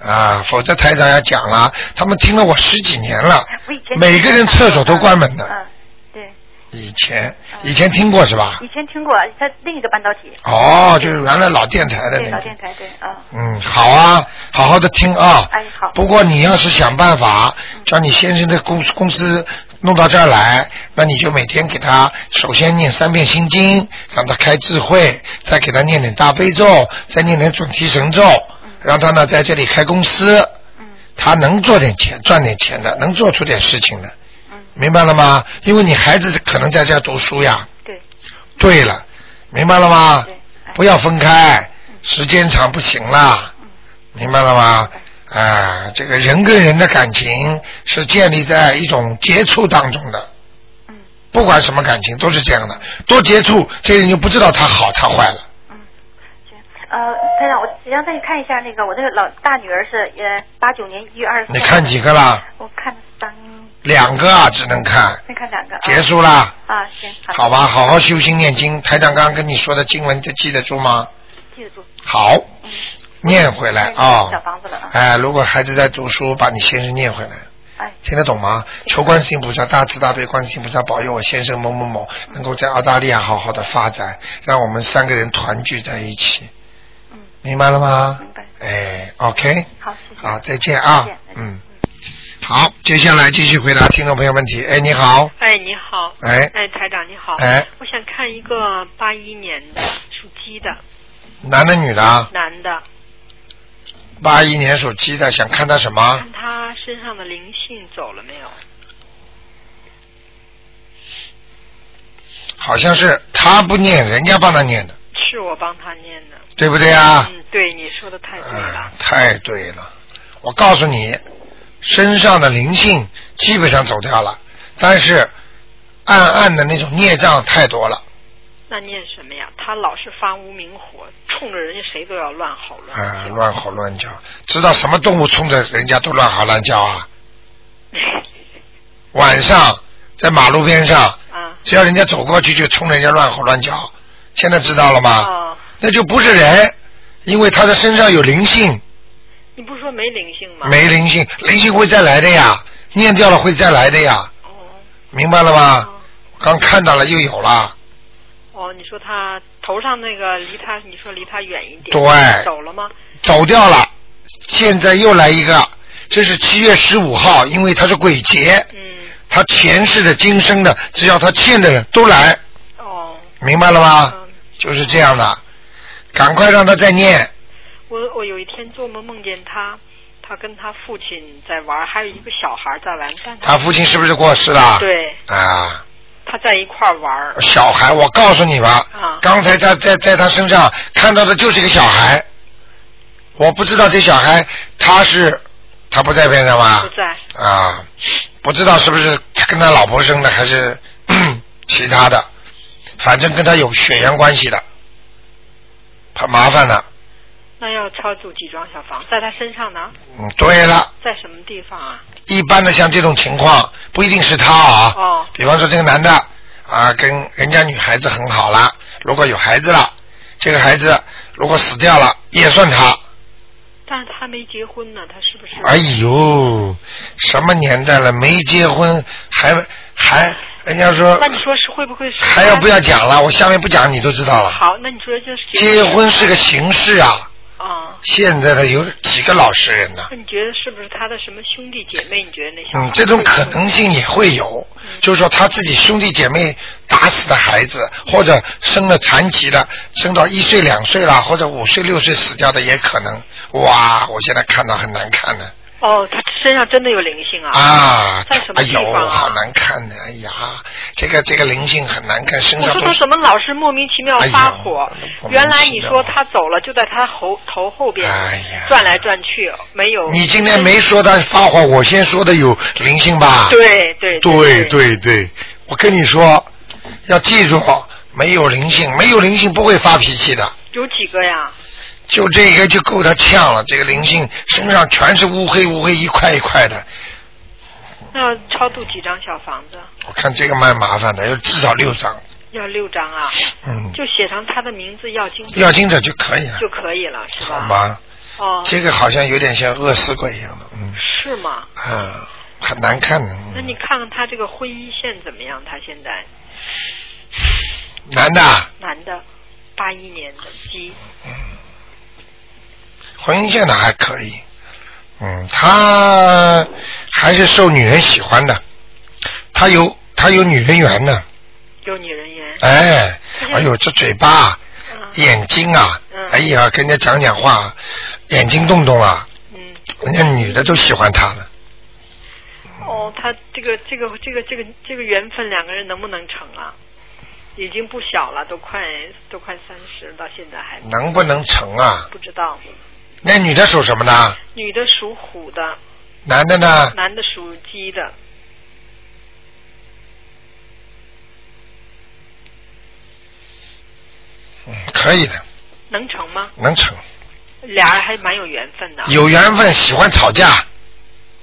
S5: 嗯
S1: 啊，否则台长要讲了，他们听了我十几年了
S5: 我以前，
S1: 每个人厕所都关门的。
S5: 嗯对，
S1: 以前以前听过是吧
S5: 以？前听过在另一个半导体，
S1: 哦，就是原来老电台的
S5: 对
S1: 那
S5: 老
S1: 个。
S5: 电台对啊
S1: 嗯，好啊，好好的听啊。
S5: 哎好嗯
S1: 不过你要是想办法叫你先生的公公司弄到这儿来，那你就每天给他首先念三遍心经，让他开智慧，再给他念点大悲咒，再念点准提神咒，让他呢在这里开公司，
S5: 嗯
S1: 他能做点钱，赚点钱的，能做出点事情的，
S5: 嗯
S1: 明白了吗？因为你孩子可能在这儿读书呀。
S5: 对
S1: 对了，明白了吗
S5: 对？哎
S1: 不要分开，时间长不行啦，
S5: 嗯
S1: 明白了吗？啊，这个人跟人的感情是建立在一种接触当中的，
S5: 嗯
S1: 不管什么感情都是这样的，多接触，这个人就不知道他好他坏了。
S5: 嗯行呃他让我让再看一下那个我这个老大女儿是呃八九年一月二十，
S1: 你看几个啦？
S5: 我看三
S1: 两个啊，只能看，
S5: 先看两个啊
S1: 结束啦。
S5: 啊行
S1: 好吧，好好修心念经。台长刚刚跟你说的经文，你记得住吗？
S5: 记得住嗯
S1: 好，念回来啊
S5: 小。房子了啊
S1: 哎，如果孩子在读书，把你先生念回来。
S5: 哎
S1: 听得懂吗？求观世音菩萨大慈大悲，观世音菩萨保佑我先生某某某能够在澳大利亚好好的发展，让我们三个人团聚在一起。
S5: 嗯
S1: 明白了吗？
S5: 明白
S1: 哎，OK，
S5: 好谢谢
S1: 好，再见啊
S5: 再见再，见
S1: 嗯，好，接下来继续回答听众朋友问题。哎，你好，
S6: 哎，你好，
S1: 哎，
S6: 哎，台长你好，
S1: 哎，
S6: 我想看一个八一年的属鸡的
S1: 男的女的啊？
S6: 男的，
S1: 八一年属鸡的，想看他什么？
S6: 看他身上的灵性走了没有？
S1: 好像是他不念，人家帮他念的，
S6: 是我帮他念的。
S1: 对不对啊？
S6: 嗯，对，你说的太对
S1: 啊
S6: 了。，
S1: 太对了！我告诉你，身上的灵性基本上走掉了，但是暗暗的那种孽障太多了
S6: 那念什么呀？他老是发无名火，冲着人家谁都要乱吼乱
S1: 啊，
S6: 叫。
S1: 乱吼乱叫，知道什么动物冲着人家都乱吼乱叫啊？晚上在马路边上，
S6: 啊
S1: 只要人家走过去就冲人家乱吼乱叫，现在知道了吗？
S6: 啊！
S1: 那就不是人，因为他的身上有灵性，
S6: 你不是说没灵性吗？。
S1: 没灵性，灵性会再来的呀，念掉了会再来的呀，
S6: 哦
S1: 明白了吗？
S6: 哦
S1: 刚看到了又有了，
S6: 哦，你说他头上那个离他，你说离他远一点。
S1: 对
S6: 走了吗？
S1: 走掉了，现在又来一个，这是七月十五号，因为他是鬼节，
S6: 嗯。
S1: 他前世的、今生的，只要他欠的人都来，
S6: 哦。
S1: 明白了吗
S6: 嗯？
S1: 就是这样的，赶快让他再念，
S6: 我我有一天做梦梦见他，他跟他父亲在玩，还有一个小孩在玩，但他
S1: 他父亲是不是过世了？
S6: 对
S1: 啊，
S6: 他在一块儿玩，
S1: 小孩，我告诉你吧，
S6: 啊
S1: 刚才他在在他身上看到的就是一个小孩，我不知道这小孩他是他不在边上吗？
S6: 不在
S1: 啊，不知道是不是他跟他老婆生的，还是 其他的，反正跟他有血缘关系的，怕麻烦了。
S6: 那要超度几张小房？在他身上呢？
S1: 嗯，对了，
S6: 在什么地方啊？
S1: 一般的像这种情况不一定是他啊。
S6: 哦
S1: 比方说这个男的啊，跟人家女孩子很好啦，如果有孩子了，这个孩子如果死掉了也算他。
S6: 但是他没结婚呢，他是不是？
S1: 哎呦，什么年代了，没结婚还还人家说
S6: 那你说是会不会是？
S1: 还要不要？讲了？我下面不讲你都知道了。
S6: 好，那你说就是
S1: 结婚是个形式啊，
S6: 啊？
S1: 现在的有几个老实人呢、
S6: 那你觉得是不是他的什么兄弟姐妹？你觉得那小孩
S1: 嗯，这种
S6: 会不会
S1: 可能性也会有，就是说他自己兄弟姐妹打死的孩子，或者生了残疾的，生到一岁两岁啦，或者五岁六岁死掉的也可能。哇，我现在看到很难看的
S6: 哦，他身上真的有灵性啊！
S1: 啊
S6: 在什，么
S1: 哎
S6: 地方
S1: 呦，
S6: 啊
S1: 好难看的，哎呀，这个这个灵性很难看，身
S6: 我
S1: 上
S6: 说
S1: 都
S6: 他
S1: 是
S6: 怎么老是莫名其妙发火
S1: 哎呀莫名其？妙
S6: 原来你说他走了，就在他头头后边
S1: 哎呀
S6: 转来转去，没有。
S1: 你今天没说他发火，我先说的有灵性吧？
S6: 对对
S1: 对
S6: 对，
S1: 对对，我跟你说，要记住，没有灵性，没有灵性不会发脾气的。
S6: 有几个呀？
S1: 就这个就够他呛了，这个灵性身上全是乌黑乌黑一块一块的，嗯
S6: 那要超度几张小房子？
S1: 我看这个蛮麻烦的，要至少六张，
S6: 要六张啊，
S1: 嗯，
S6: 就写上他的名字要经
S1: 要经者就可以了，
S6: 就可以了，是
S1: 好
S6: 吧？
S1: 吗？
S6: 哦，
S1: 这个好像有点像饿死鬼一样的，嗯，
S6: 是吗？
S1: 啊，很难看的。嗯
S6: 那你看看他这个婚姻线怎么样？他现在
S1: 男的啊
S6: 男的，八一年的鸡，
S1: 嗯婚姻线的还可以，嗯，他还是受女人喜欢的，他有他有女人缘呢，
S6: 有女人缘。
S1: 哎，
S6: 他现在
S1: 哎呦，这嘴巴啊
S6: 嗯
S1: 眼睛啊，
S6: 嗯
S1: 哎呀，跟人家讲讲话，眼睛动动啊，
S6: 嗯，
S1: 人家女的都喜欢他了。
S6: 哦，他这个这个这个这个这个缘分，两个人能不能成啊？已经不小了，都快都快三十，到现在还
S1: 能不能成啊？
S6: 不知道。
S1: 那女的属什么的？
S6: 女的属虎的，
S1: 男的呢？
S6: 男的属鸡的，
S1: 嗯，可以的，
S6: 能成吗？
S1: 能成，
S6: 俩人还蛮有缘分的。
S1: 有缘分，喜欢吵架，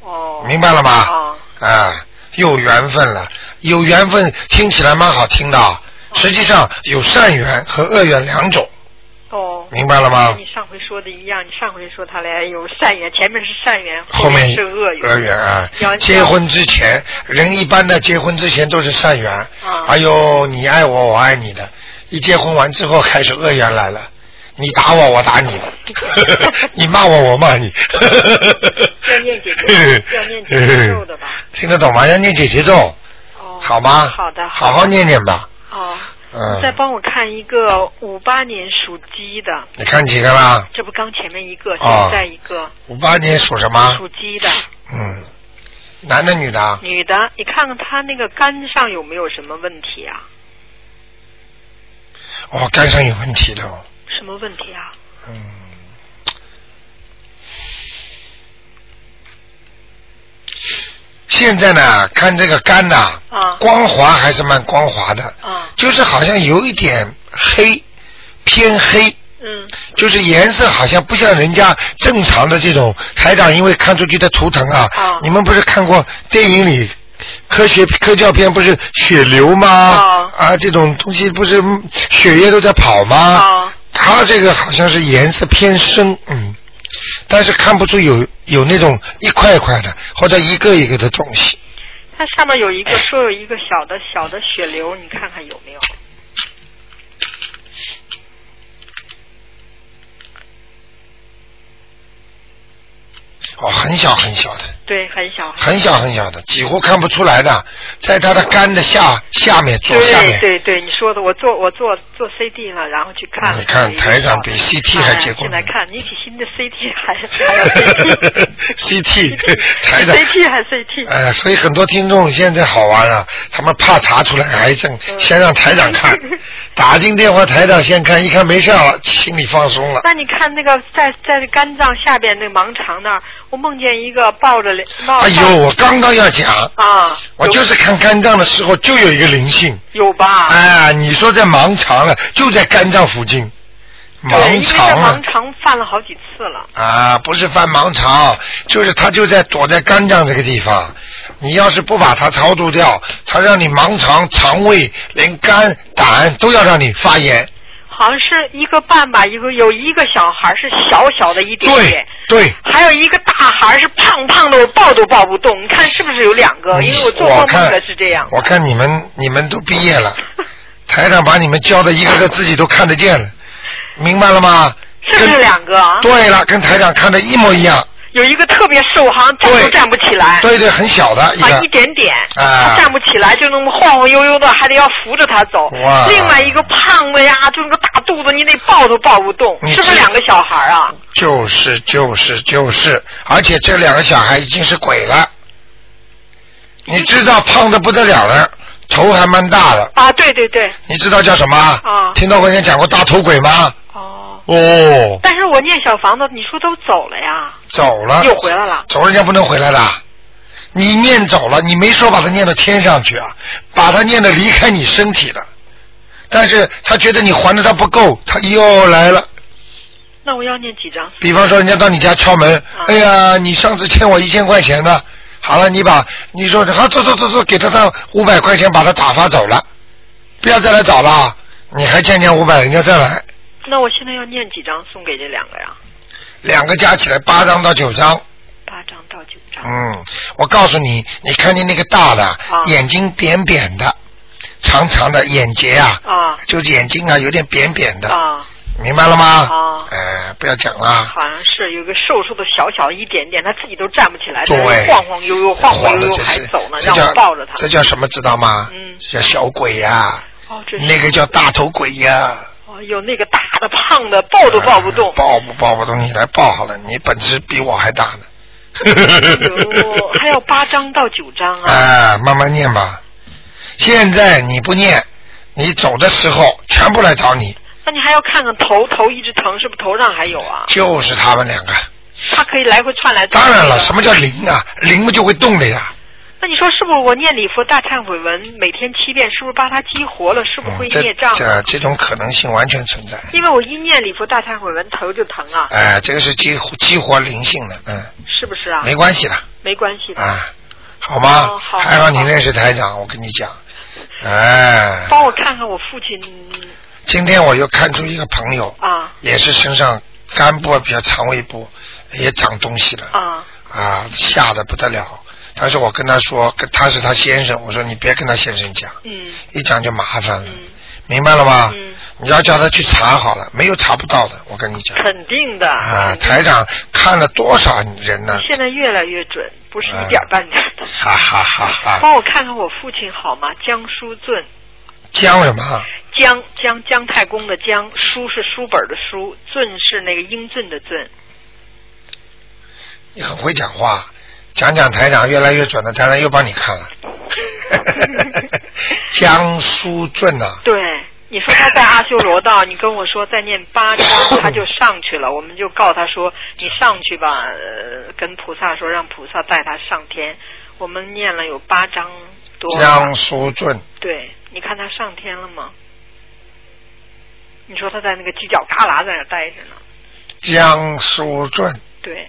S6: 哦，
S1: 明白了吗？
S6: 哦，
S1: 啊，有缘分了，有缘分听起来蛮好听的啊，实际上有善缘和恶缘两种，
S6: 哦，
S1: 明白了吗
S6: 跟？你上回说的一样，你上回说他俩有善缘，前面是善缘，
S1: 后面
S6: 是恶缘。
S1: 恶缘啊
S6: 要，
S1: 结婚之前，人一般的结婚之前都是善缘，
S6: 啊
S1: 哎呦，你爱我，我爱你的，一结婚完之后开始恶缘来了，你打我，我打你， 你骂我，我骂你，
S6: 要念姐姐，要念姐姐咒的吧？
S1: 听得懂吗？要念姐姐咒，
S6: 哦，
S1: 好吗？
S6: 好的，
S1: 好
S6: 的
S1: 好念念吧，
S6: 哦，
S1: 嗯
S6: 你再帮我看一个五八年属鸡的，
S1: 你看几个啦？
S6: 这不刚前面一个，
S1: 哦
S6: 现在一个
S1: 五八年属什么？
S6: 属鸡的
S1: 嗯，男的女的啊？
S6: 女的，你看看她那个肝上有没有什么问题啊？
S1: 哦，肝上有问题的哦。
S6: 什么问题啊？
S1: 嗯，现在呢，看这个肝呐、
S6: 啊
S1: 光滑还是蛮光滑的，
S6: 啊，
S1: 就是好像有一点黑，偏黑，
S6: 嗯
S1: 就是颜色好像不像人家正常的这种。台长因为看出去的图腾啊，
S6: 啊
S1: 你们不是看过电影里？科学科教片不是血流吗？
S6: 啊
S1: 啊，这种东西不是血液都在跑吗？
S6: 啊，
S1: 它这个好像是颜色偏深，嗯，但是看不出有有那种一块一块的或者一个一个的东西，
S6: 它上面有一个说有一个小的小的血流，你看看有没有？
S1: 哦，很小很小的，
S6: 对，很小，
S1: 很小很小的，几乎看不出来的，在它的肝的下下面左下
S6: 对
S1: 面，
S6: 对对，你说的，我做我做做 CD 了，然后去看了。
S1: 你嗯看台长比
S6: 哎
S1: CT 还结棍
S6: 现在看你比新的 CT 还还 要 CT。
S1: CT 台长
S6: CT 还 CT？
S1: 呃，所以很多听众现在好玩了，他们怕查出来癌症，
S6: 嗯
S1: 先让台长 看，打进电话台长先看，一看没事了，心里放松 了。
S6: 那你看那个在在肝脏下边那盲肠那儿，我梦见一个抱着脸，抱
S1: 哎呦，我刚刚要讲，
S6: 啊，
S1: 我就是看肝脏的时候就有一个灵性，哎
S6: 有吧？
S1: 哎呀，你说在盲肠了，就在肝脏附近，
S6: 对，因为
S1: 盲
S6: 这
S1: 肠啊
S6: 盲肠犯了好几次了。
S1: 啊，不是犯盲肠，就是他就在躲在肝脏这个地方。你要是不把它超度掉，它让你盲肠、肠胃、连肝、胆都要让你发炎。
S6: 好像是一个半吧，一个有一个小孩是小小的一点点
S1: 对，对，
S6: 还有一个大孩是胖胖的，我抱都抱不动。你看是不是有两个？呃因为我
S1: 嗯我
S6: 做过梦
S1: 看
S6: 的是这样。
S1: 我看你们你们都毕业 了，台长把你们教的一个个自己都看得见了，明白了吗？
S6: 是不是
S1: 跟
S6: 两个啊？
S1: 对了，跟台长看的一模一样。
S6: 有一个特别瘦，好像站都
S1: 对，
S6: 站不起来。
S1: 对对，很小的一
S6: 啊，一
S1: 个。
S6: 点点，
S1: 啊
S6: 他站不起来，就那么晃晃悠悠的，还得要扶着他走。
S1: 哇
S6: 另外一个胖的呀，就那个大肚子，你得抱都抱不动，
S1: 你
S6: 是不是
S1: 知
S6: 两个小孩啊？
S1: 就是就是就是，而且这两个小孩已经是鬼了。你知道胖的不得了了，头还蛮大的，
S6: 啊，对对对，
S1: 你知道叫什么？
S6: 啊
S1: 听到过人家讲过大头鬼吗？
S6: 哦。
S1: 哦，
S6: 但是我念小房子，你说都走了呀，
S1: 走了，
S6: 又回来了。
S1: 走人家不能回来的。你念走了，你没说把它念到天上去啊，把它念的离开你身体了。但是他觉得你还的他不够，他又来了。
S6: 那我要念几张？
S1: 比方说，人家到你家敲门，
S6: 啊
S1: 哎呀，你上次欠我一千块钱呢，好了，你把你说好走走走走，给他上五百块钱，把他打发走了，不要再来找了，你还欠人五百，人家再来，
S6: 那我现在要念几张送给这两个呀？
S1: 两个加起来八张到九张。
S6: 八张到九张。
S1: 嗯，我告诉你，你看见那个大
S6: 啊
S1: 的，眼睛扁扁的，长长的眼睫啊，
S6: 啊
S1: 就是眼睛啊有点扁扁的，
S6: 啊，
S1: 明白了吗？
S6: 啊
S1: 呃，不要讲了。
S6: 好像是有个瘦瘦的、小小的一点点，他自己都站不起来，
S1: 对
S6: 在那晃晃悠悠、晃晃悠悠
S1: 这
S6: 还
S1: 是
S6: 走呢，
S1: 这
S6: 让
S1: 叫
S6: 我抱着他。
S1: 这叫什么知道吗？
S6: 嗯
S1: 这叫小鬼呀、
S6: 哦，这是
S1: 那个叫大头鬼呀、
S6: 哦，有那个大的、胖的，抱都抱不动
S1: 啊。抱不抱不动，你来抱好了，你本事比我还大呢。
S6: 哟，哎哦还 要八张到九张啊！
S1: 啊，慢慢念吧。现在你不念，你走的时候全部来找你，
S6: 那你还要看看头，头一直疼，是不是头上还有啊？
S1: 就是他们两个。
S6: 它可以来回窜来窜
S1: 当
S6: 去的。
S1: 然了，什么叫灵啊？灵嘛就会动的呀。
S6: 那你说是不是我念礼佛大忏悔文每天七遍，是不是把它激活了？是不是会
S1: 嗯这
S6: 孽障？啊
S1: 这这种可能性完全存在。
S6: 因为我一念礼佛大忏悔文头就疼啊，
S1: 哎，这个是激活激活灵性的，嗯，
S6: 是不是啊？
S1: 没关系的
S6: 没关系的，
S1: 啊，好吗？
S6: 哦好
S1: 还好你认识台长，我跟你讲，哎，
S6: 帮我看看我父亲
S1: 今天我又看出一个朋友，
S6: 啊
S1: 也是身上肝部比较肠胃部也长东西了
S6: 啊
S1: 啊，吓得不得了。但是我跟他说，跟他是他先生，我说你别跟他先生讲，
S6: 嗯
S1: 一讲就麻烦了，
S6: 嗯
S1: 明白了吗？
S6: 嗯，
S1: 你要叫他去查好了，没有查不到的，我跟你讲。
S6: 肯定的。
S1: 啊，台长看了多少人呢
S6: 你？现在越来越准，不是
S1: 啊
S6: 一点儿半点儿的。
S1: 哈哈哈哈！
S6: 帮我看看我父亲好吗？江书俊，
S1: 江什么？
S6: 江江姜太公的江，书是书本的书，俊是那个英俊的俊。
S1: 你很会讲话，讲讲台长越来越准了，台长又帮你看了。江苏俊呐、
S6: 对，你说他在阿修罗道，你跟我说再念八章，他就上去了，我们就告他说你上去吧，呃，跟菩萨说让菩萨带他上天。我们念了有八章多啊了
S1: 江苏俊，
S6: 对，你看他上天了吗？你说他在那个犄角旮旯在那儿待着呢，
S1: 江苏俊，
S6: 对，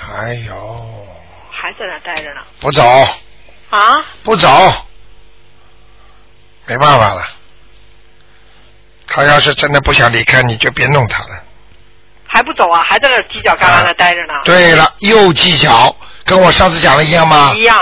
S1: 哎呦，
S6: 还在那儿待着呢
S1: 不走，
S6: 啊？
S1: 不走，没办法了。他要是真的不想离开，你就别弄他了。
S6: 还不走啊？还在那儿犄角旮旯那儿待着呢？
S1: 对了，右犄角，跟我上次讲的一样吗
S6: 一？样。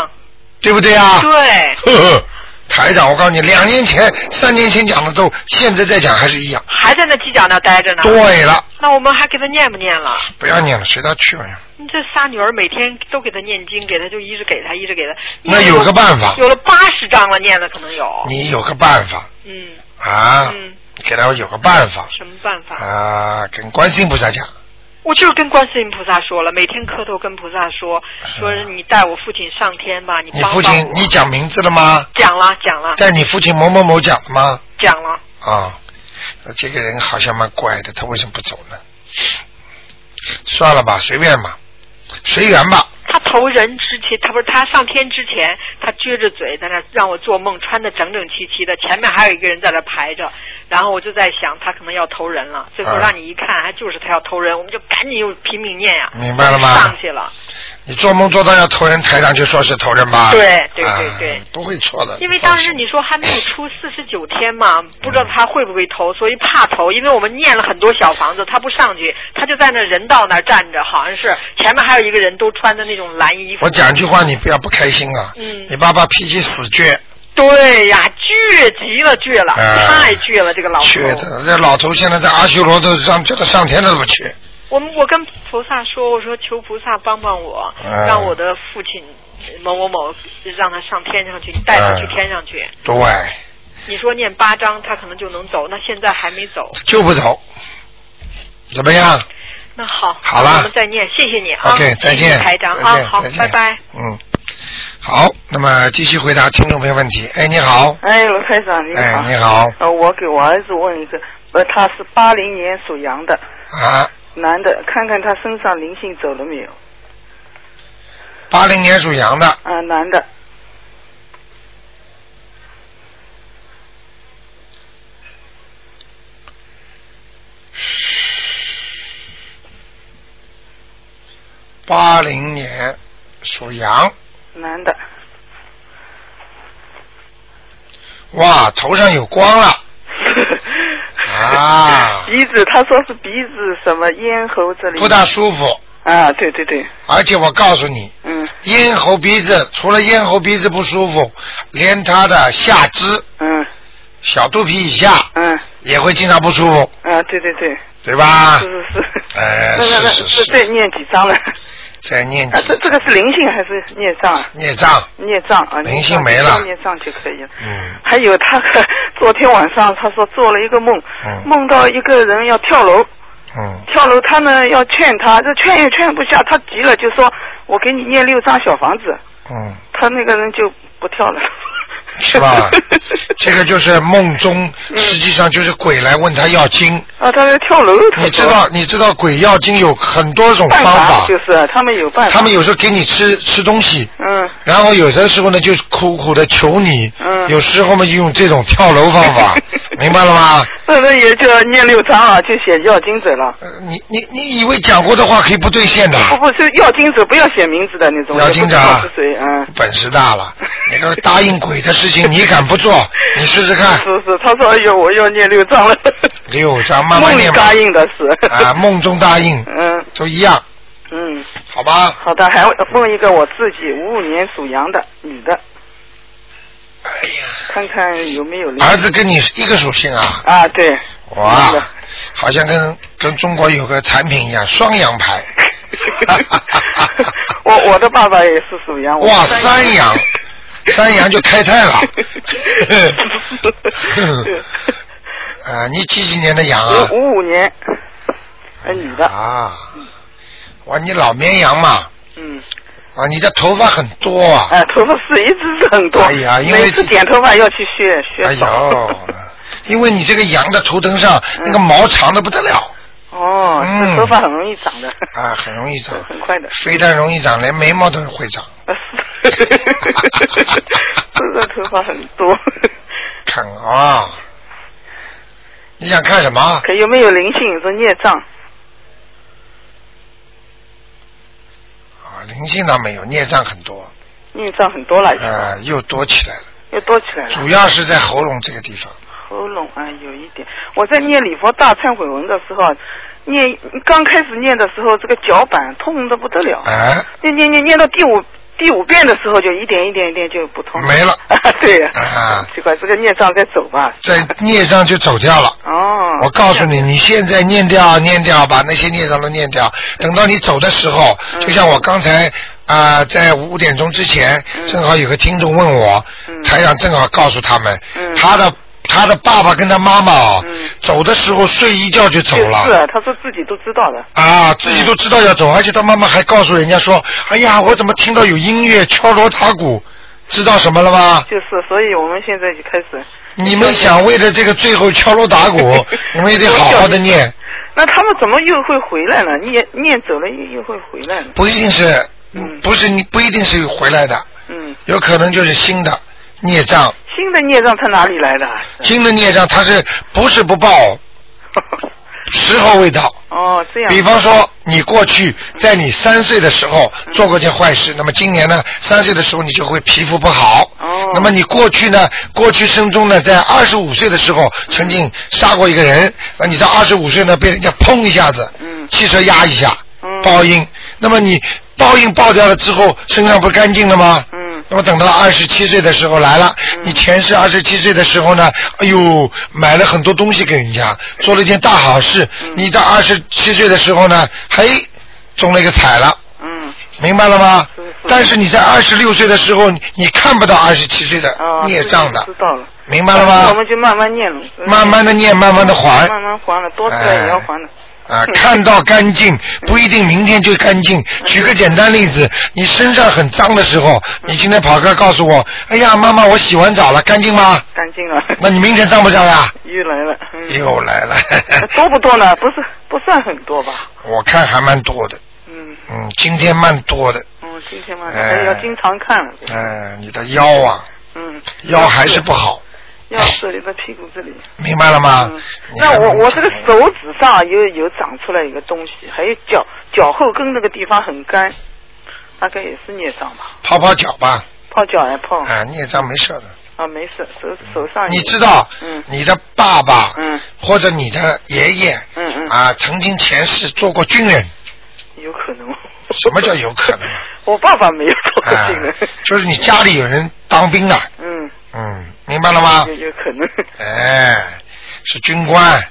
S1: 对不对啊？
S6: 对，
S1: 呵呵，台长，我告诉你，两年前、三年前讲的都，现在再讲还是一样。
S6: 还在那犄角那儿待着呢。
S1: 对了，
S6: 那我们还给他念不念了？
S1: 不要念了，随他去吧。
S6: 你这仨女儿每天都给他念经，给他就一直给他，一直给他。
S1: 那有个办法
S6: 有了八十章了，念了可能有。
S1: 你有个办法
S6: 嗯
S1: 啊，
S6: 嗯，
S1: 给他有个办法
S6: 什么办法？
S1: 啊，跟观世音菩萨讲，
S6: 我就是跟观世音菩萨说了，每天磕头跟菩萨说，说你带我父亲上天吧，你
S1: 啊你
S6: 帮
S1: 父
S6: 帮
S1: 亲
S6: 我
S1: 你讲名字了吗？
S6: 讲了讲了
S1: 在你父亲某某某讲了吗？
S6: 讲了，
S1: 啊，这个人好像蛮怪的，他为什么不走呢？算了吧，随便吧，随缘吧，
S6: 他投人之前，他不是他上天之前，他撅着嘴在那儿让我做梦，穿的整整齐齐的，前面还有一个人在那儿排着，然后我就在想他可能要投人了，最后
S1: 啊
S6: 让你一看，还就是他要投人，我们就赶紧又拼命念呀、
S1: 明白了吗
S6: 上去了，
S1: 你做梦做到要投人，台上就说是投人吧？
S6: 对对对对
S1: 啊不会错的。
S6: 因为当时你说还没有出四十九天嘛，
S1: 嗯
S6: 不知道他会不会投，所以怕投。因为我们念了很多小房子，他不上去，他就在那人道那儿站着，好像是前面还有一个人都穿的那种蓝衣服。
S1: 我讲句话，你不要不开心啊！
S6: 嗯
S1: 你爸爸脾气死倔，
S6: 对呀，倔极了，倔了，
S1: 哎
S6: 太倔了，这个老头。
S1: 倔的，这老头现在在阿修罗都上，这个上天都不去。
S6: 我们我跟菩萨说，我说求菩萨帮帮我，
S1: 哎
S6: 让我的父亲某某某让他上天上去，你带他去
S1: 哎
S6: 天上去。
S1: 对，
S6: 你说念八章，他可能就能走，那现在还没走。
S1: 就不投。怎么样、
S6: 那好，
S1: 好了
S6: 我们再念，谢谢你啊
S1: o k 再
S6: 谢
S1: 见。
S6: 谢台长
S1: 再
S6: 啊，
S1: 见
S6: 好
S1: 再，见
S6: 拜拜。
S1: 嗯，好，那么继续回答听众朋友问题。哎，你好。
S3: 哎，罗台长你好。
S1: 哎，你好
S3: 呃，我给我儿子问一个，呃，他是八零年属羊的
S1: 啊，
S3: 男的，看看他身上灵性走了没有？
S1: 八零年属羊的，
S3: 啊、男的，
S1: 八零年属羊，
S3: 男的，
S1: 哇，头上有光了，啊
S3: 鼻子，他说是鼻子什么咽喉这里。
S1: 不大舒服。
S3: 啊，对对对，
S1: 而且我告诉你，
S3: 嗯
S1: 咽喉鼻子除了咽喉鼻子不舒服，连他的下肢、
S3: 嗯
S1: 小肚皮以下
S3: 嗯，
S1: 也会经常不舒服，
S3: 啊，对对对，
S1: 对吧
S3: 是？是是。
S1: 啊哎
S3: 那那那
S1: 是是是
S3: 这这念几张了？
S1: 再念
S3: 啊，这
S1: 几
S3: 这个是灵性还是孽障啊？
S1: 孽障，
S3: 孽障啊，
S1: 灵性没了
S3: 孽障就可以了。
S1: 嗯，
S3: 还有他昨天晚上他说做了一个梦，
S1: 嗯
S3: 梦到一个人要跳楼，
S1: 嗯，
S3: 跳楼他呢要劝他，这劝也劝不下，他急了就说：“我给你念六张小房子。
S1: 嗯，”
S3: 他那个人就不跳了，
S1: 是 吧？这个就是梦中，
S3: 嗯
S1: 实际上就是鬼来问他要经。
S3: 啊，他要跳楼，他说
S1: 你知道，你知道鬼要经有很多种
S3: 办
S1: 方法，
S3: 就是啊他们有办法，
S1: 他们有时候给你吃吃东西，
S3: 嗯
S1: 然后有的时候呢就苦苦的求你，
S3: 嗯
S1: 有时候嘛就用这种跳楼方 法，明白了吗？
S3: 那那也就要念六张啊，就写要经者了。
S1: 呃你你你以为讲过的话可以不兑现的？
S3: 不不是要经者，不要写名字的那种，
S1: 啊要经者啊
S3: 也哦不知道是谁？嗯，
S1: 本事大了，你都答应鬼的事情，你敢不 做？你试试看，哎
S3: 是是，他说哎呦，我要念六张了，
S1: 六章慢慢
S3: 梦里
S1: 念吧
S3: 答。应的是。
S1: 啊，梦中答应
S3: 嗯
S1: 都一样，
S3: 嗯，
S1: 好吧？
S3: 好的，还问一个我自己五五年属羊的女的，
S1: 哎呀，
S3: 看看有没有灵
S1: 儿子跟你一个属性啊。
S3: 啊？对，
S1: 哇
S3: 是的，。
S1: 好像跟跟中国有个产品一样，双阳牌
S3: 我我的爸爸也是属羊，我
S1: 哇，
S3: 是
S1: 三阳，三阳就开 泰了。 啊，你几几年的羊啊
S3: 我？五五年，呃，女的，
S1: 啊，哇，你老绵羊嘛，
S3: 嗯，
S1: 啊，你的头发很多啊，
S3: 哎，头发是一直是很多，
S1: 哎呀因为
S3: 每次剪头发要去削
S1: 哎
S3: 削少 嗯
S1: 呦，因为你这个羊的头灯上那个毛长的不得了
S3: 哦，
S1: 嗯
S3: 这头发很容易长的，
S1: 啊，很容易长，
S3: 很快的，
S1: 非但容易长，连眉毛都会长。
S3: 呃是，这个头发很多，
S1: 看啊，你想看什么？
S3: 可有没有灵性？说孽障。
S1: 啊，灵性倒没有，孽障很多，
S3: 孽障很多了，
S1: 呃，又多起来了，
S3: 又多起来了。
S1: 主要是在喉咙这个地方。
S3: 喉咙啊，有一点。我在念礼佛大忏悔文的时候，啊念刚开始念的时候，这个脚板痛的不得了。
S1: 哎，
S3: 念念念念到第五第五遍的时候，就一点一点一点就不痛
S1: 没了
S3: 对呀、
S1: 啊
S3: 奇怪，这个孽障在走吧？
S1: 在孽障就走掉了。
S3: 哦，
S1: 我告诉你，你现在念掉念掉，把那些孽障都念掉。等到你走的时候，
S3: 嗯
S1: 就像我刚才啊、在五点钟之前，
S3: 嗯
S1: 正好有个听众问我，
S3: 嗯
S1: 台长正好告诉他们，
S3: 嗯
S1: 他的他的爸爸跟他妈妈哦，
S3: 嗯
S1: 走的时候睡一觉就走
S3: 就
S1: 了。
S3: 是嗯啊，他说自己都知道的。
S1: 啊，自己都知道要走，而且他妈妈还告诉人家说：“哎呀，我怎么听到有音乐敲锣打鼓？”知道什么了吗？
S3: 就是，所以我们现在就开始。，
S1: 你们想为了这个最后敲锣打鼓 你们也得好好的念，
S3: 那他们怎么又会回来了？念念走了又又会回来了？
S1: 不一定是
S7: 嗯
S1: 不是你不一定是回来的，
S7: 嗯，
S1: 有可能就是新的孽障，
S7: 新的孽障他哪里来的？
S1: 新的孽障它是不是不报，时候未到。
S7: 哦，这样。
S1: 比方说，你过去在你三岁的时候做过件坏事，那么今年呢，三岁的时候你就会皮肤不好。
S7: 哦
S1: 那么你过去呢，过去生中呢，在二十五岁的时候曾经杀过一个人，那你到二十五岁呢，被人家砰一下子，
S7: 嗯
S1: 汽车压一下，
S7: 嗯
S1: 报应。那么你报应报掉了之后，身上不干净了吗？
S7: 嗯
S1: 那么等到二十七岁的时候来了，你前世二十七岁的时候呢，哎呦，买了很多东西给人家，做了一件大好事。
S7: 嗯
S1: 你到二十七岁的时候呢，嘿，中了一个彩了，
S7: 嗯
S1: 明白了吗
S7: 是是？
S1: 但是你在二十六岁的时候，你你看不到二十七岁的
S7: 哦，
S1: 孽障的
S7: 知，道了。
S1: 明白了吗
S7: 我？们就嗯慢慢念了。嗯
S1: 慢慢哎的念，慢慢的还，
S7: 慢慢还了，多出来也要还的。
S1: 啊，看到干净
S7: 嗯
S1: 不一定明天就干净。举个简单例子，你身上很脏的时候，
S7: 嗯
S1: 你今天跑过来告诉我，哎呀，妈妈，我洗完澡了，干净吗？
S7: 干净 了，
S1: 那你明天脏不脏呀？
S7: 又来了。嗯
S1: 又来了，
S7: 多不多呢？不是不算很多吧？
S1: 我看还蛮多的，
S7: 嗯
S1: 嗯，今天蛮多的，
S7: 嗯，今天嘛，
S1: 哎
S7: 还要经常看了。
S1: 嗯、你的腰啊，
S7: 嗯，
S1: 腰还是不好，
S7: 要这里的屁股这里。
S1: 明白了吗
S7: 嗯？
S1: 你
S7: 那
S1: 看
S7: 我我这个手指上有有长出来一个东西，还有脚脚后跟那个地方很干，大概也是孽障吧？
S1: 泡泡脚吧，
S7: 泡脚还泡
S1: 啊，孽障没事的。
S7: 啊，没事，手手上有
S1: 你知道
S7: 啊嗯，
S1: 你的爸爸，
S7: 嗯
S1: 或者你的爷爷，
S7: 嗯嗯
S1: 啊，曾经前世做过军人，
S7: 有可能。
S1: 什么叫有可能？
S7: 我爸爸没有做过
S1: 啊
S7: 这个，，
S1: 就是你家里有人当兵的，
S7: 嗯，
S1: 嗯，明白了吗
S7: 有？有可能。
S1: 哎，是军官，好
S7: 嗯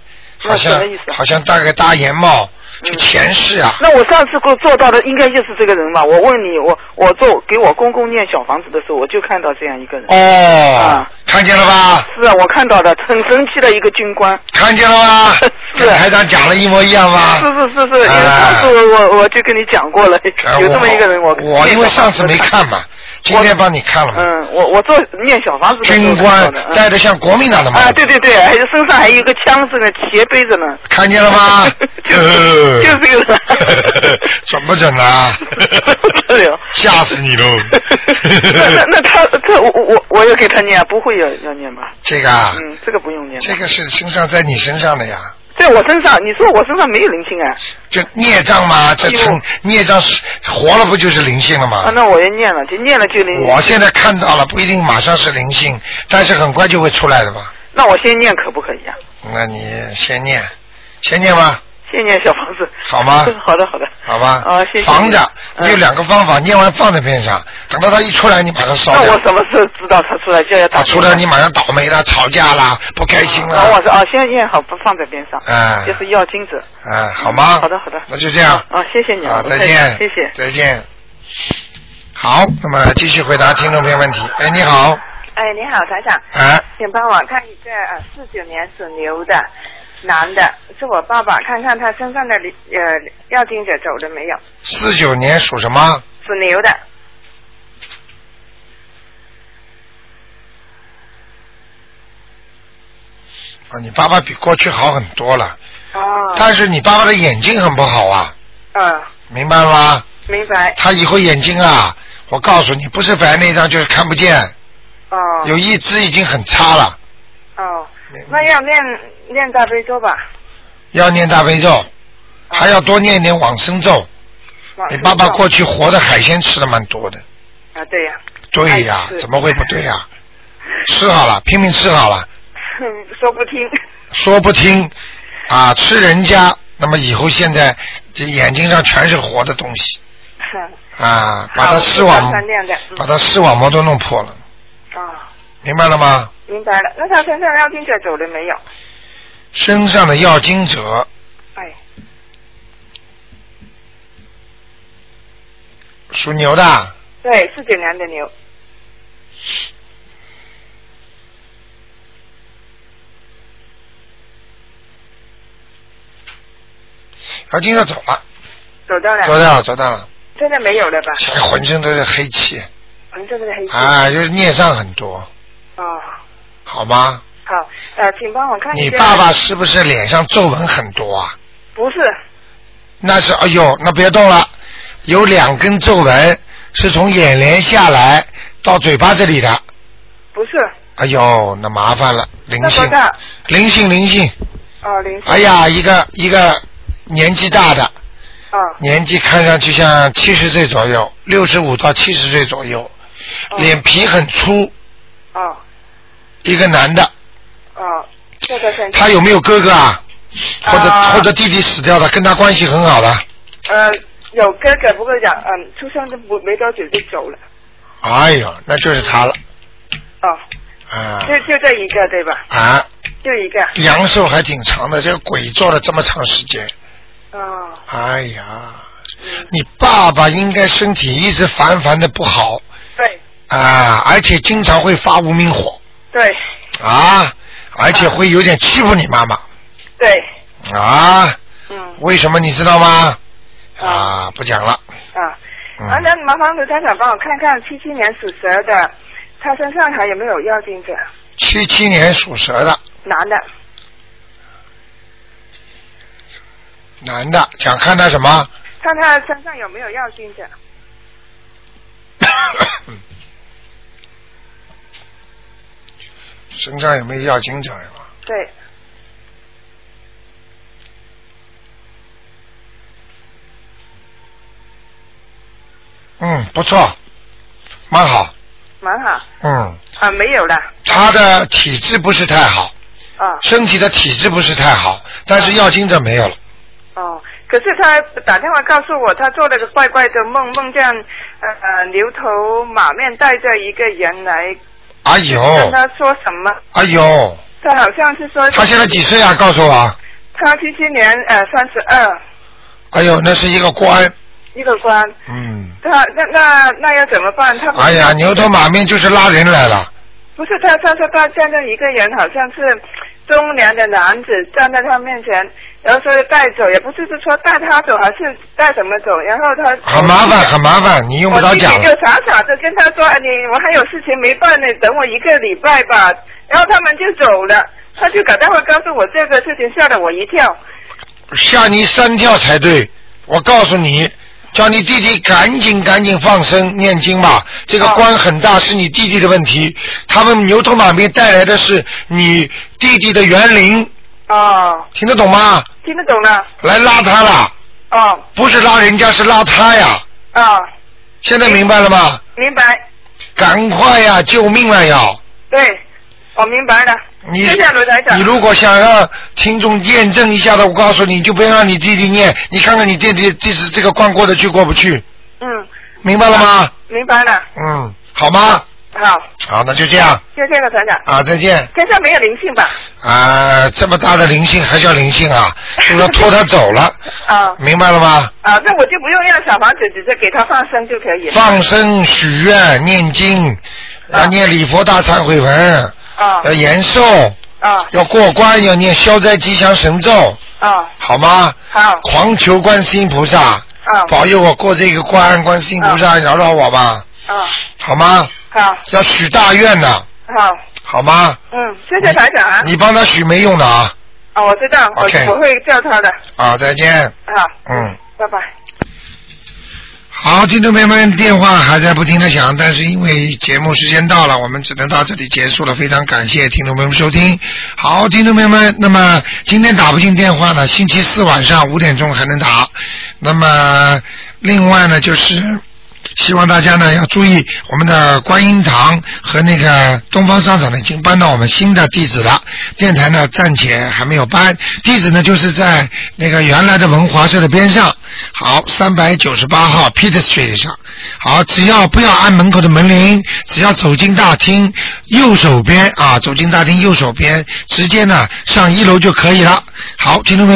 S7: 那
S1: 像
S7: 什么意思啊嗯
S1: 好像戴个大檐帽，就前世啊，
S7: 那我上次给我做到的应该就是这个人吧？我问你，我我做给我公公念小房子的时候，我就看到这样一个人。
S1: 哦
S7: 啊，
S1: 看见了吧？
S7: 是啊，我看到的，很神奇的一个军官。
S1: 看见了吧？
S7: 是啊
S1: 跟台长讲了一模一样吧？
S7: 是是是是，因为
S1: 哎
S7: 上次我我我就跟你讲过了，
S1: 哎
S7: 有这么一个人，
S1: 我
S7: 我
S1: 因为上次没看嘛，今天帮你看了嘛。
S7: 嗯，我我做念小房子的时候
S1: 军
S7: 看到
S1: 官
S7: 的
S1: 戴的像国民党的
S7: 嗯
S1: 帽
S7: 啊，
S1: 子
S7: 对，对对，还有身上还有一个枪子呢，斜背着呢。？
S1: 看见了吗 呃
S7: 就是就是这个 人
S1: 准不准啊
S7: 不得 了？！
S1: 吓死你喽
S7: 哦 那那那他他我我我要给他念，啊不会要要念吧？
S1: 这个啊，
S7: 嗯，这个不用念。
S1: 这个是身上在你身上的呀，
S7: 在我身上，你说我身上没有灵性啊？
S1: 就孽障嘛，这
S7: 哎呦
S1: 成孽障是活了不就是灵性了
S7: 啊，
S1: 吗？
S7: 那我也念了，就念了就灵。
S1: 我现在看到了，不一定马上是灵性，但是很快就会出来的吧？
S7: 那我先念可不可以啊？
S1: 那你先念，先念吧，
S7: 先念小房子。
S1: 好吗
S7: 好的好的。
S1: 好吧？
S7: 啊，谢谢你。
S1: 防着，
S7: 嗯
S1: 你有两个方法，念完放在边上，等到它一出来，你马上烧
S7: 那
S1: 掉
S7: 我。什么时候知道他出来就要打
S1: 它
S7: 电
S1: 出
S7: 话？
S1: 来，你马上倒霉了，吵架啦，不开心
S7: 然后我
S1: 了，
S7: 说啊，现在验好，不放在边上，
S1: 哎
S7: 就是要金子。
S1: 哎，好吗？
S7: 好的好的
S1: 那就这样。
S7: 啊，谢谢你
S1: 好，
S7: 卢
S1: 再
S7: 太太
S1: 见，
S7: 谢谢。
S1: 再见。好，那么继续回答听众朋友问题。哎，你好，
S8: 哎，你好，台长，
S1: 哎，
S8: 请帮我看一个呃四九年属牛的男的，是我爸爸，看看他身上的灵呃要经者走了没有？
S1: 四九年属什么？
S8: 属牛的，
S1: 啊，你爸爸比过去好很多了，
S8: 哦，
S1: 但是你爸爸的眼睛很不好啊，
S8: 嗯、
S1: 明白了吗？
S8: 明白，
S1: 他以后眼睛啊，我告诉你，不是白内障就是看不见，
S8: 哦，
S1: 有一只已经很差了，
S8: 哦，那要念念大悲咒吧，
S1: 要念大悲咒，还要多念一点往生咒。
S8: 啊往
S1: 你
S8: 生
S1: 爸爸
S8: 咒
S1: 过去活的海鲜吃的蛮多的，
S8: 啊，对呀、
S1: 对呀
S8: 哎，是
S1: 怎么会不对呀？吃好了，拼命吃好了。
S8: 哼 说不听，
S1: 说不 听啊，吃人家，那么以后现在这眼睛上全是活的东西
S8: 哼
S1: 啊，把
S8: 好
S1: 他
S8: 我
S1: 视
S8: 就
S1: 网
S8: 打算念的嗯
S1: 把他视网膜都弄破了，
S8: 哦，
S1: 明白了吗？
S8: 明白了，那他身上要经者走了没有？
S1: 身上的要经者
S8: 哎，
S1: 属牛的，
S8: 对，四九年的牛，
S1: 要经者走了，
S8: 走到
S1: 走
S8: 了，
S1: 掉了，走掉了，
S8: 真的没有了吧？
S1: 现在浑身都是哎黑气
S8: 嗯，这个是黑气，
S1: 啊，就是孽障很多，
S8: 哦，
S1: 好吗？
S8: 好，呃，请帮我看一
S1: 你
S8: 个，
S1: 爸爸是不是脸上皱纹很多啊？
S8: 不是，
S1: 那是，哎呦，那别动了，有两根皱纹是从眼帘下来到嘴巴这里的。
S3: 不是，
S1: 哎呦，那麻烦了，灵
S3: 那多
S1: 性，
S3: 大？
S1: 灵性，灵性。
S3: 哦，零四。
S1: 哎呀，一个一个年纪大的，
S3: 哦。
S1: 年纪看上去像七十岁左右，六十五到七十岁左右，
S3: 哦
S1: 脸皮很粗，
S3: 哦
S1: 一个男的，
S3: 哦，这个先。
S1: 他有没有哥哥啊？或者、
S3: 啊
S1: 或者弟弟死掉的，跟他关系很好的？
S3: 呃，有哥哥，不过讲，嗯，出生都不没多久就走了。
S1: 哎呦，那就是他了
S3: 哦，
S1: 啊
S3: 就就这一个对吧？
S1: 啊！
S3: 就一个。
S1: 阳寿还挺长的，这个鬼做了这么长时间，
S3: 哦，
S1: 哎呀，你爸爸应该身体一直烦烦的不好
S3: 对
S1: 啊，而且经常会发无名火
S3: 对
S1: 啊，而且会有点欺负你妈妈
S3: 对，
S1: 啊。
S3: 嗯
S1: 为什么你知道吗？啊，不讲了。
S3: 啊。
S1: 嗯
S3: 啊，那麻烦卢家长帮我看看七七年属蛇的，他身上还有没有药精者？
S1: 七七年属蛇的
S3: 男的，
S1: 男的，想看他什么？
S3: 看他身上有没有药精者？
S1: 身上有没有要经者是吧？
S3: 对，
S1: 嗯，不错，蛮好。
S3: 蛮好。
S1: 嗯，
S3: 啊，没有了。
S1: 他的体质不是太好，
S3: 啊
S1: 身体的体质不是太好，但是要经者没有了。
S3: 哦，可是他打电话告诉我，他做了个怪怪的梦，梦见呃呃牛头马面带着一个人来
S1: 哎呦，
S3: 跟他说什么？
S1: 哎呦，
S3: 他好像是说
S1: 他现在几岁啊？告诉我啊。
S3: 他七七年呃三十二，
S1: 哎呦，那是一个官。
S3: 一个官。
S1: 嗯。
S3: 他那那那要怎么办？他不
S1: 哎呀，牛头马面就是拉人来了。
S3: 不是他上次他见到一个人，好像是中年的男子站在他面前，然后说带走，也不是是说带他走，还是带怎么走？然后他
S1: 很麻烦，很麻烦，你用不着讲
S3: 我弟弟就傻傻的跟他说：“哎你我还有事情没办呢，等我一个礼拜吧。”然后他们就走了，他就打电话告诉我这个事情，吓了我一跳。
S1: 吓你三跳才对。我告诉你，叫你弟弟赶紧赶紧放生念经吧。这个官很大，是你弟弟的问题。他们牛头马面带来的是你弟弟的园林，
S3: 哦，
S1: 听得懂吗？
S3: 听得懂了。
S1: 来拉他了，
S3: 哦
S1: 不是拉人家，是拉他呀。
S3: 哦，
S1: 现在明白了吗？
S3: 明白，
S1: 赶快呀，救命了要！
S3: 对，我明白了。
S1: 你
S3: 谢谢卢台长。
S1: 你如果想让听众验证一下的，我告诉你，你就别让你弟弟念，你看看你弟弟这次这个关过得去过不去，
S3: 嗯，
S1: 明白了吗？
S3: 明白了。
S1: 嗯，好吗？
S3: 好，
S1: 好，那就这样
S3: 谢谢了，团长。
S1: 啊，再见
S3: 身上没有灵性吧？
S1: 啊！这么大的灵性还叫灵性啊？就要拖他走了，
S3: 啊、
S1: 明白了吗？
S3: 啊，那我就不用要小房子，只是给他放生就可以了。
S1: 放生、许愿、念经，要念礼佛大忏悔文，
S7: 嗯
S3: 啊
S1: 要延寿，
S3: 啊
S1: 要过关，要念消灾吉祥神咒，
S3: 啊，
S1: 好吗？
S7: 嗯
S3: 好
S1: 狂求观世音菩萨
S3: 啊
S1: 保佑我过这个关，观世音菩萨饶饶我吧，
S3: 啊，
S1: 好吗？
S3: 好
S1: 要许大愿呐，
S3: 好，
S1: 好吗？
S3: 嗯，谢谢台长啊。
S1: 你帮他许没用的啊！
S3: 啊，我知道，我
S1: OK
S3: 我会叫他的。
S1: 啊，再见。
S3: 好，
S1: 嗯，
S3: 拜拜。
S1: 好，听众朋友们，电话还在不停的响，但是因为节目时间到了，我们只能到这里结束了。非常感谢听众朋友们收听。好，听众朋友们，那么今天打不进电话呢，星期四晚上五点钟还能打。那么另外呢，就是希望大家呢要注意，我们的观音堂和那个东方商场呢已经搬到我们新的地址了。电台呢暂且还没有搬，地址呢就是在那个原来的文华社的边上，好，三百九十八号 Peter Street 上。好，只要不要按门口的门铃，只要走进大厅右手边啊，走进大厅右手边，直接呢上一楼就可以了。好，听众朋友们。